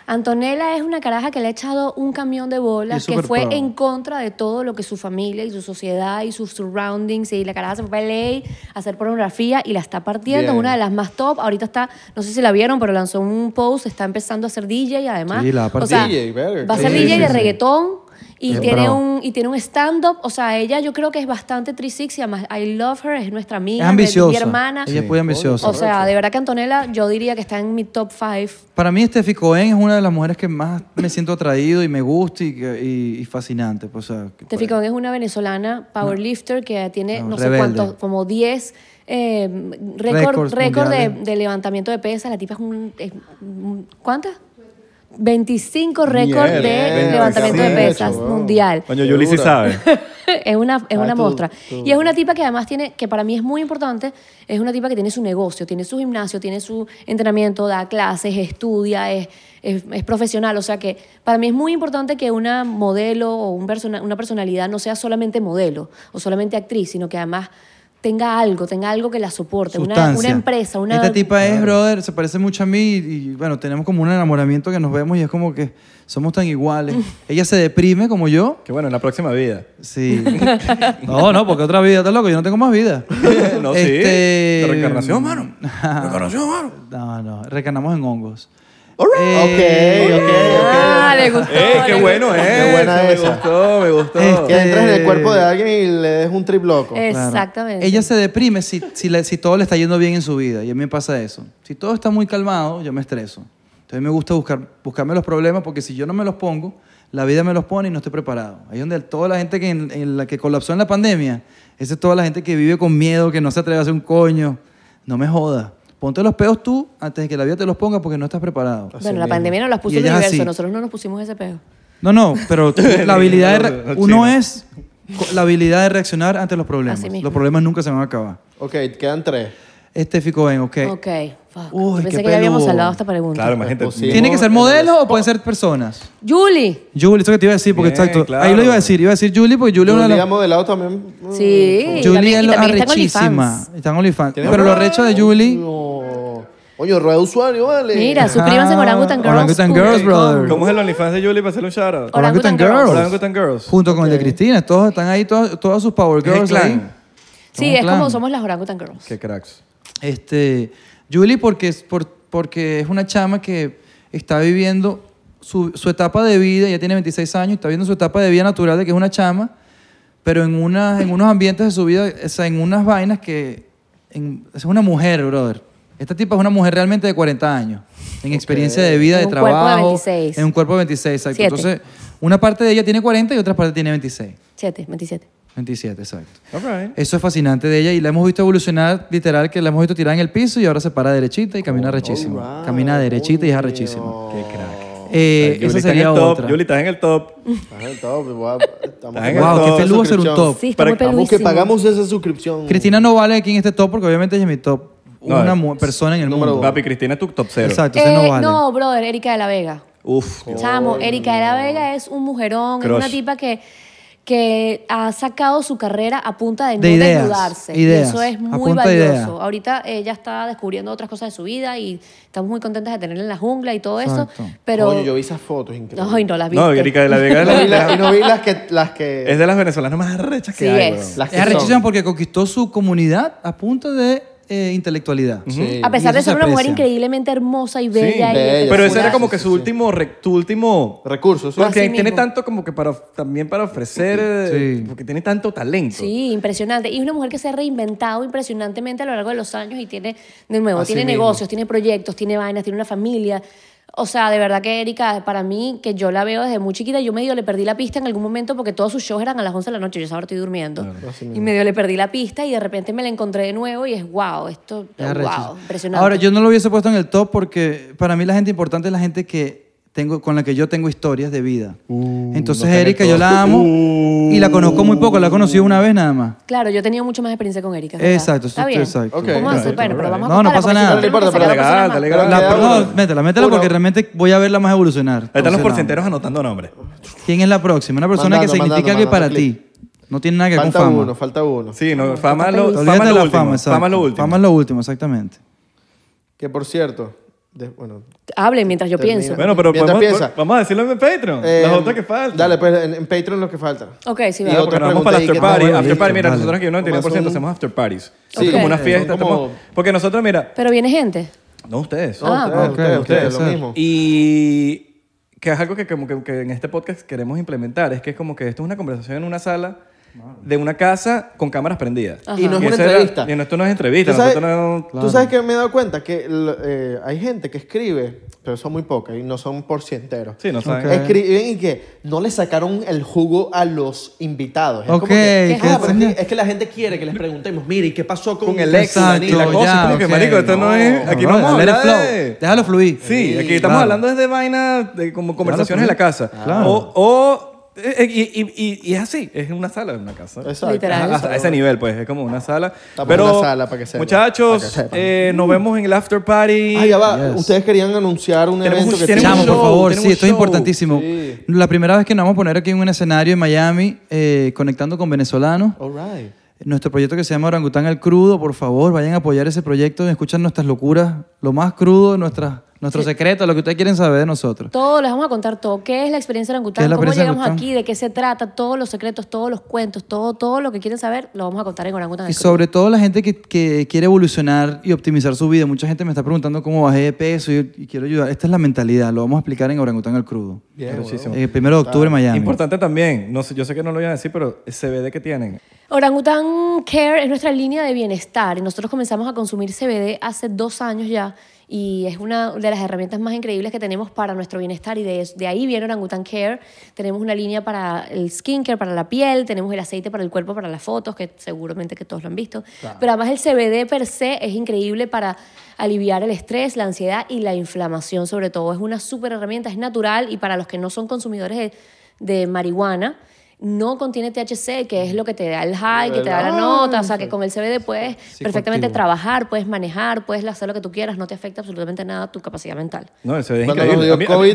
Antonella es una caraja que le ha echado un camión de Y bolas es que súper fue pro. en contra de todo lo que su familia y su sociedad y sus surroundings y la caraja se fue a LA a hacer pornografía y la está partiendo, Bien. es una de las más top. Ahorita está, no sé si la vieron, pero lanzó un post, está empezando a ser DJ y además. Sí, la va a o partir. sea, DJ, verga. va a ser Sí, DJ sí, de sí. reggaetón y Es tiene, brava. un, y tiene un stand-up. O sea, ella yo creo que es bastante 360, además I love her, es nuestra amiga Es hija, mi- ambiciosa. Mi hermana. Ella es muy ambiciosa. O sea, de verdad que Antonella, yo diría que está en mi top 5. Para mí, Steffi Cohen es una de las mujeres que más me siento atraído y me gusta y, que- y- y fascinante. Pues, o sea, que- Te Cohen es una venezolana powerlifter que tiene No, no, sé rebelde. cuántos, como 10 eh, récord, Récords récord de, mundiales. de levantamiento de pesas. La tipa es un. es un- ¿Cuántas? 25 récord de Mierda, levantamiento de 25, pesas wow. mundial. Coño, Yuli sí Segura. sabe. es una, es Ah, una tú- mostra. tú- Y es una tipa que además tiene, que para mí es muy importante, es una tipa que tiene su negocio, tiene su gimnasio, tiene su entrenamiento, da clases, estudia, es, es, es profesional. O sea que para mí es muy importante que una modelo o un persona, una personalidad no sea solamente modelo o solamente actriz, sino que además tenga algo, tenga algo que la soporte, una, sustancia. una empresa, una... Esta tipa es, brother, se parece mucho a mí y, y, bueno, tenemos como un enamoramiento que nos vemos y es como que somos tan iguales. Ella se deprime como yo. Que bueno, en la próxima vida. Sí. No, no, porque otra vida, estás loco, yo no tengo más vida. No, sí. Este- Te reencarnación, mano. Reencarnación, mano. No, no, recanamos en hongos. Eh, Ok, ok, ok. Ah, le gustó. ¡Eh, qué le bueno gustó. es! Qué buena me esa. gustó, me gustó. Este- Que entras en el cuerpo de alguien y le des un trip loco. Claro. Exactamente. Ella se deprime si, si, le- si todo le está yendo bien en su vida. Y a mí me pasa eso. Si todo está muy calmado, yo me estreso. Entonces me gusta buscar, buscarme los problemas porque si yo no me los pongo, la vida me los pone y no estoy preparado. Ahí es donde toda la gente que, en, en la que colapsó en la pandemia, esa es toda la gente que vive con miedo, que no se atreve a hacer un coño. No me jodas. Ponte los peos tú antes de que la vida te los ponga porque no estás preparado. Bueno, la pandemia nos las Y puso el ella es universo, así. nosotros no nos pusimos ese pedo. No, no, pero tú- la habilidad de... re- Los Uno chinos. es co- la habilidad de reaccionar ante los problemas. Así mismo. Los problemas nunca se van a acabar. Ok, quedan tres. Este Fico Ben, ok. Ok, fuck. Uy, Yo qué Pensé que ya habíamos peludo. salvado esta pregunta. Claro, imagínate. Posible. ¿Tiene que ser modelo o pueden ser personas? Julie. Julie, eso que te iba a decir, porque Bien, exacto. claro. Ahí lo iba a decir, iba a decir Julie, porque Julie es una de Julia las- modelado también. mm, Sí. Julie es y lo también está en arrechísima. OnlyFans. Está en OnlyFans. ¿Tiene Pero lo más? arrecho de Julie. No. Oye, rueda de mm, usuario, vale. Mira, suscríbanse Ah, a Orangutan Girls. Orangutan Girls, brother. ¿Cómo es el OnlyFans de Julie para hacerle un shout out? Hola. Orangutan Girls. Orangutan Girls. Junto con el de Cristina. Todos están ahí, todas, todas sus Power Es el Girls ahí. clan. Somos Sí, es clan. como somos las Orangutan Girls. Qué cracks. Este, Julie porque es, por- porque es una chama que está viviendo su, su etapa de vida, ya tiene 26 años, está viendo su etapa de vida natural de que es una chama, pero en, unas en unos ambientes de su vida, o sea, en unas vainas que... en- es una mujer, brother. Esta tipa es una mujer realmente de 40 años, en experiencia de vida, En de un cuerpo de trabajo. 26. En un cuerpo de 26, exacto. Siete. Entonces, una parte de ella tiene 40 y otra parte tiene 26. 7, 27. 27, exacto. Eso es fascinante de ella y la hemos visto evolucionar, literal, que la hemos visto tirar en el piso y ahora se para derechita y Oh, camina rechísimo. Alright, Camina derechita y es arrechísimo. coño. Qué crack. Eh, Yuli esa está en sería el top, otra. Yuli, estás en el top. Estás en el top, guau. Estamos- Estás en el Wow, qué top. peludo ser un top. Sí, está Para- muy Vamos que peludísimo. pagamos esa suscripción. Cristina no vale aquí en este top porque obviamente ella es mi top. No, una es- mu- persona en el número mundo. uno. Papi, Cristina es tu top cero. Exacto, Ah, entonces no Eh, vale. no, brother, Erika de la Vega. Uf. Chamo, Erika de la Vega es un mujerón, es Crush. una tipa que, que ha sacado su carrera a punta de, De no ideas, desnudarse. ideas, y eso es a muy punta de valioso. ideas. Ahorita ella está descubriendo otras cosas de su vida y estamos muy contentas de tenerla en la jungla y todo Exacto. eso. Pero. Coño, yo vi esas fotos, increíble. Ay, no las viste. No, Erika de la Vega es, Y no la- vi las- y no vi las que... Las que es de las venezolanas más rechas que Sí hay. es. weón. las que Es son. arrechísima porque conquistó su comunidad a punto de eh, intelectualidad. Sí. A pesar Y eso de ser se una mujer aprecia. increíblemente hermosa y bella. bella, y Pero ese sí, era espectacular. como sí, que sí, su sí. último, re- tu último... Recursos. ¿sí? Porque Así tiene mismo. tanto como que para, también para ofrecer, eh, Sí. porque tiene tanto talento. Sí, impresionante. Y es una mujer que se ha reinventado impresionantemente a lo largo de los años y tiene, de nuevo, Así tiene mismo. negocios, tiene proyectos, tiene vainas, tiene una familia. O sea, de verdad que Erika, para mí, que yo la veo desde muy chiquita, yo medio le perdí la pista en algún momento porque todos sus shows eran a las 11 de la noche, yo ahora estoy durmiendo. Y medio le perdí la pista y de repente me la encontré de nuevo y es wow, esto, Es wow, arrechísimo. impresionante. Ahora, yo no lo hubiese puesto en el top porque para mí la gente importante es la gente que tengo, con la que yo tengo historias de vida. Uh, Entonces, Erika, yo la amo y la conozco muy poco, la he conocido una vez nada más. Claro, yo he tenido mucho más experiencia con Erika. es verdad. Exacto, Está sí, bien. exacto. Ok, Vamos a hacer, alright, bueno, pero alright. vamos a No, no contarla pasa porque si nada. tenemos No importa, que sacar pero a la persona legal, más. dale, Pero La- queda no, uno. métela, métela Uno. porque realmente voy a verla más evolucionar. Ahí están los Entonces, porcenteros anotando nombres. no. ¿Quién es la próxima? Una persona Mandando, que significa mandando, algo para mandando ti. No tiene nada que ver con Falta fama. uno, falta uno. Sí, no, fama, lo, Olvídate fama, de lo la último, fama, fama, exacto. lo último. Fama es lo último, exactamente. Que por cierto... de- bueno, Hablen mientras yo Termina. pienso. Bueno, pero Mientras podemos- piensa. vamos a decirlo en Patreon. eh, las otras que faltan. Dale, pues en, en Patreon lo que falta. Ok, sí, Y va. otro- Porque nos vamos para el pregunta ahí after que no party. hemos after visto. party, mira, Vale. nosotros aquí un 99% Son- hacemos after parties. Sí, Es como una son fiesta. como- estamos- porque nosotros, mira, Pero viene gente. no ustedes. No, Ah, ustedes, ok, ustedes, ok, ustedes, ok. lo mismo. Y que es algo que, como que, que en este podcast queremos implementar, es que es como que esto es una conversación en una sala de una casa con cámaras prendidas. Ajá. Y no es una eso era- entrevista. y no, esto no es entrevista. ¿Tú sabes, nosotros no- tú sabes que me he dado cuenta que l- eh, hay gente que escribe, pero son muy pocas y no son porcienteros. Sí, no saben. Ok. Escriben y que no le sacaron el jugo a los invitados. Es como Ok, que, que "Ah, pero es, sí. que, es que la gente quiere que les preguntemos, mire, ¿y qué pasó con, Con el ex, Exacto, y la cosa. es ya, como que, ok. marico, esto no, No, es. brother, Aquí no vamos a let it hablar flow. de- Déjalo fluir. Sí, aquí estamos Claro. hablando desde vaina, de como conversaciones en la claro. casa. Claro. O. o- eh, eh, y, y- y- y es así, es una sala de una casa. Exacto. Literal. Ajá, Ah, hasta ese nivel, pues, es como una sala. Estamos Pero, en una sala, para que sepan. Para muchachos, que sepan. eh, nos vemos en el after party. Ah, ya va. Yes. Ustedes querían anunciar un Tenemos evento un- que tenemos Chamo, un tienen. por show, favor, tenemos sí, un esto es show. importantísimo. Sí. La primera vez que nos vamos a poner aquí en un escenario en Miami, eh, conectando con venezolanos. All right. Nuestro proyecto que se llama Orangután al Crudo, por favor, vayan a apoyar ese proyecto, escuchan nuestras locuras, lo más crudo, nuestras, nuestros secretos, lo que ustedes quieren saber de nosotros. Todo, les vamos a contar todo. ¿Qué es la experiencia ¿Qué es orangután? la ¿Cómo experiencia llegamos orangután? aquí? ¿De qué se trata? Todos los secretos, todos los cuentos, todo, todo lo que quieren saber, lo vamos a contar en orangután. al Y Cruz. sobre todo la gente que, que quiere evolucionar y optimizar su vida. Mucha gente me está preguntando cómo bajé de peso y, y quiero ayudar. Esta es la mentalidad, lo vamos a explicar en Orangután al Crudo. Muchísimo. El primero de octubre en Miami. Importante también, no sé, yo sé que no lo iban a decir, pero el CBD que tienen. Orangután Care es nuestra línea de bienestar y nosotros comenzamos a consumir CBD hace dos años ya y es una de las herramientas más increíbles que tenemos para nuestro bienestar y de, es- de ahí viene Orangután Care. Tenemos una línea para el skincare, para la piel, tenemos el aceite para el cuerpo, para las fotos, que seguramente que todos lo han visto. Pero además el CBD per se es increíble para aliviar el estrés, la ansiedad y la inflamación sobre todo. Es una súper herramienta, es natural y para los que no son consumidores de, de marihuana, no contiene THC, que es lo que te da el high, que te da la nota, o sea, que con el CBD puedes perfectamente trabajar, puedes manejar, puedes hacer lo que tú quieras, no te afecta absolutamente nada tu capacidad mental. No, el CBD es Cuando increíble. nos A mí- dio a mí-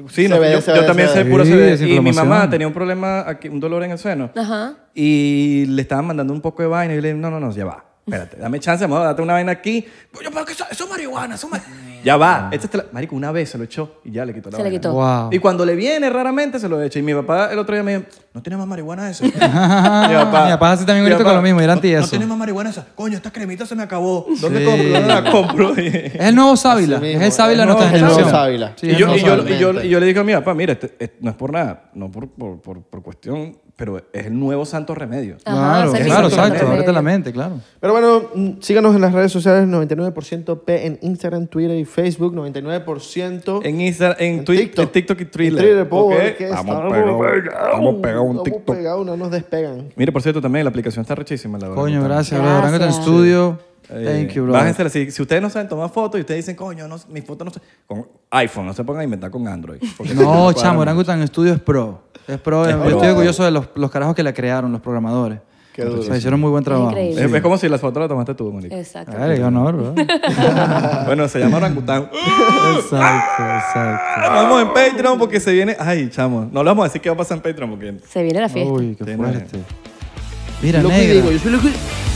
COVID, Sí, no, CBD, yo, yo CBD. también sé puro Sí, CBD. Y mi desinflamación. mamá tenía un problema, aquí, un dolor en el sueno. Ajá. Y le estaban mandando un poco de Pues vaina y yo le dije, no, no, no, ya va. Espérate, dame chance, vamos a darte una vaina aquí. Yo, pero que eso, eso es marihuana, eso es marihuana. Ya va. Este te la- Marico, una vez se lo echó y ya le quitó la Se le vaina. quitó. Wow. Y cuando le viene, raramente se lo echa. Y mi papá el otro día me dijo, no tiene más marihuana eso. mi Mi papá hace también ahorita con lo mismo, era no, no anti-eso". tiene más marihuana esa. Coño, esta cremita se me acabó. ¿Dónde Sí. compro? ¿Dónde la compro? Es el nuevo Sávila. Así Es mismo, el Sávila de es nuestra el nuevo generación. Sávila. Sí, y, es yo, el y, nuevo yo, y, Sávila. yo, y yo le dije a mi papá, mira, este- este- no es por nada, no por, por, por, por cuestión, pero es el nuevo santo remedio. Ajá, Claro, es el claro, mismo exacto. remedio. Ábrete la mente, claro. Pero bueno, mm, síganos en las redes sociales 99% P en Instagram, Twitter y Facebook, 99%. En Instagram, en, En Twi- TikTok. en TikTok y En Thriller. Twitter, po, ¿ok? es que Vamos a estamos pegar un- pegados. vamos a pegar un Estamos TikTok. pegados, no nos despegan. Mire, por cierto, también la aplicación está rechísima, la verdad. Coño, Está- gracias, bro. Gracias. Orangutan Studio. Eh, Thank you, bro. bájensela. Si, si ustedes no saben tomar fotos y ustedes dicen, coño, no, mis fotos no se... Con iPhone, no se pongan a inventar con Android. porque eso No, este cuadra chamo, mucho. Orangutan Studio es pro. Es pro. yo estoy orgulloso de los, los carajos que la crearon, los programadores. Qué duro. O sea, hicieron muy buen trabajo. Increíble. Es, es como si las fotos las tomaste tú, Monique. Exacto. Ay, qué honor, bro. bueno, se llama Orangután. Exacto, exacto. vamos en Patreon porque se viene... Ay, chamo, no le vamos a decir qué va a pasar en Patreon porque... Se viene la fiesta. Uy, qué Sí, no. fuerte. Mira, Lo que negra. digo, yo soy lo que...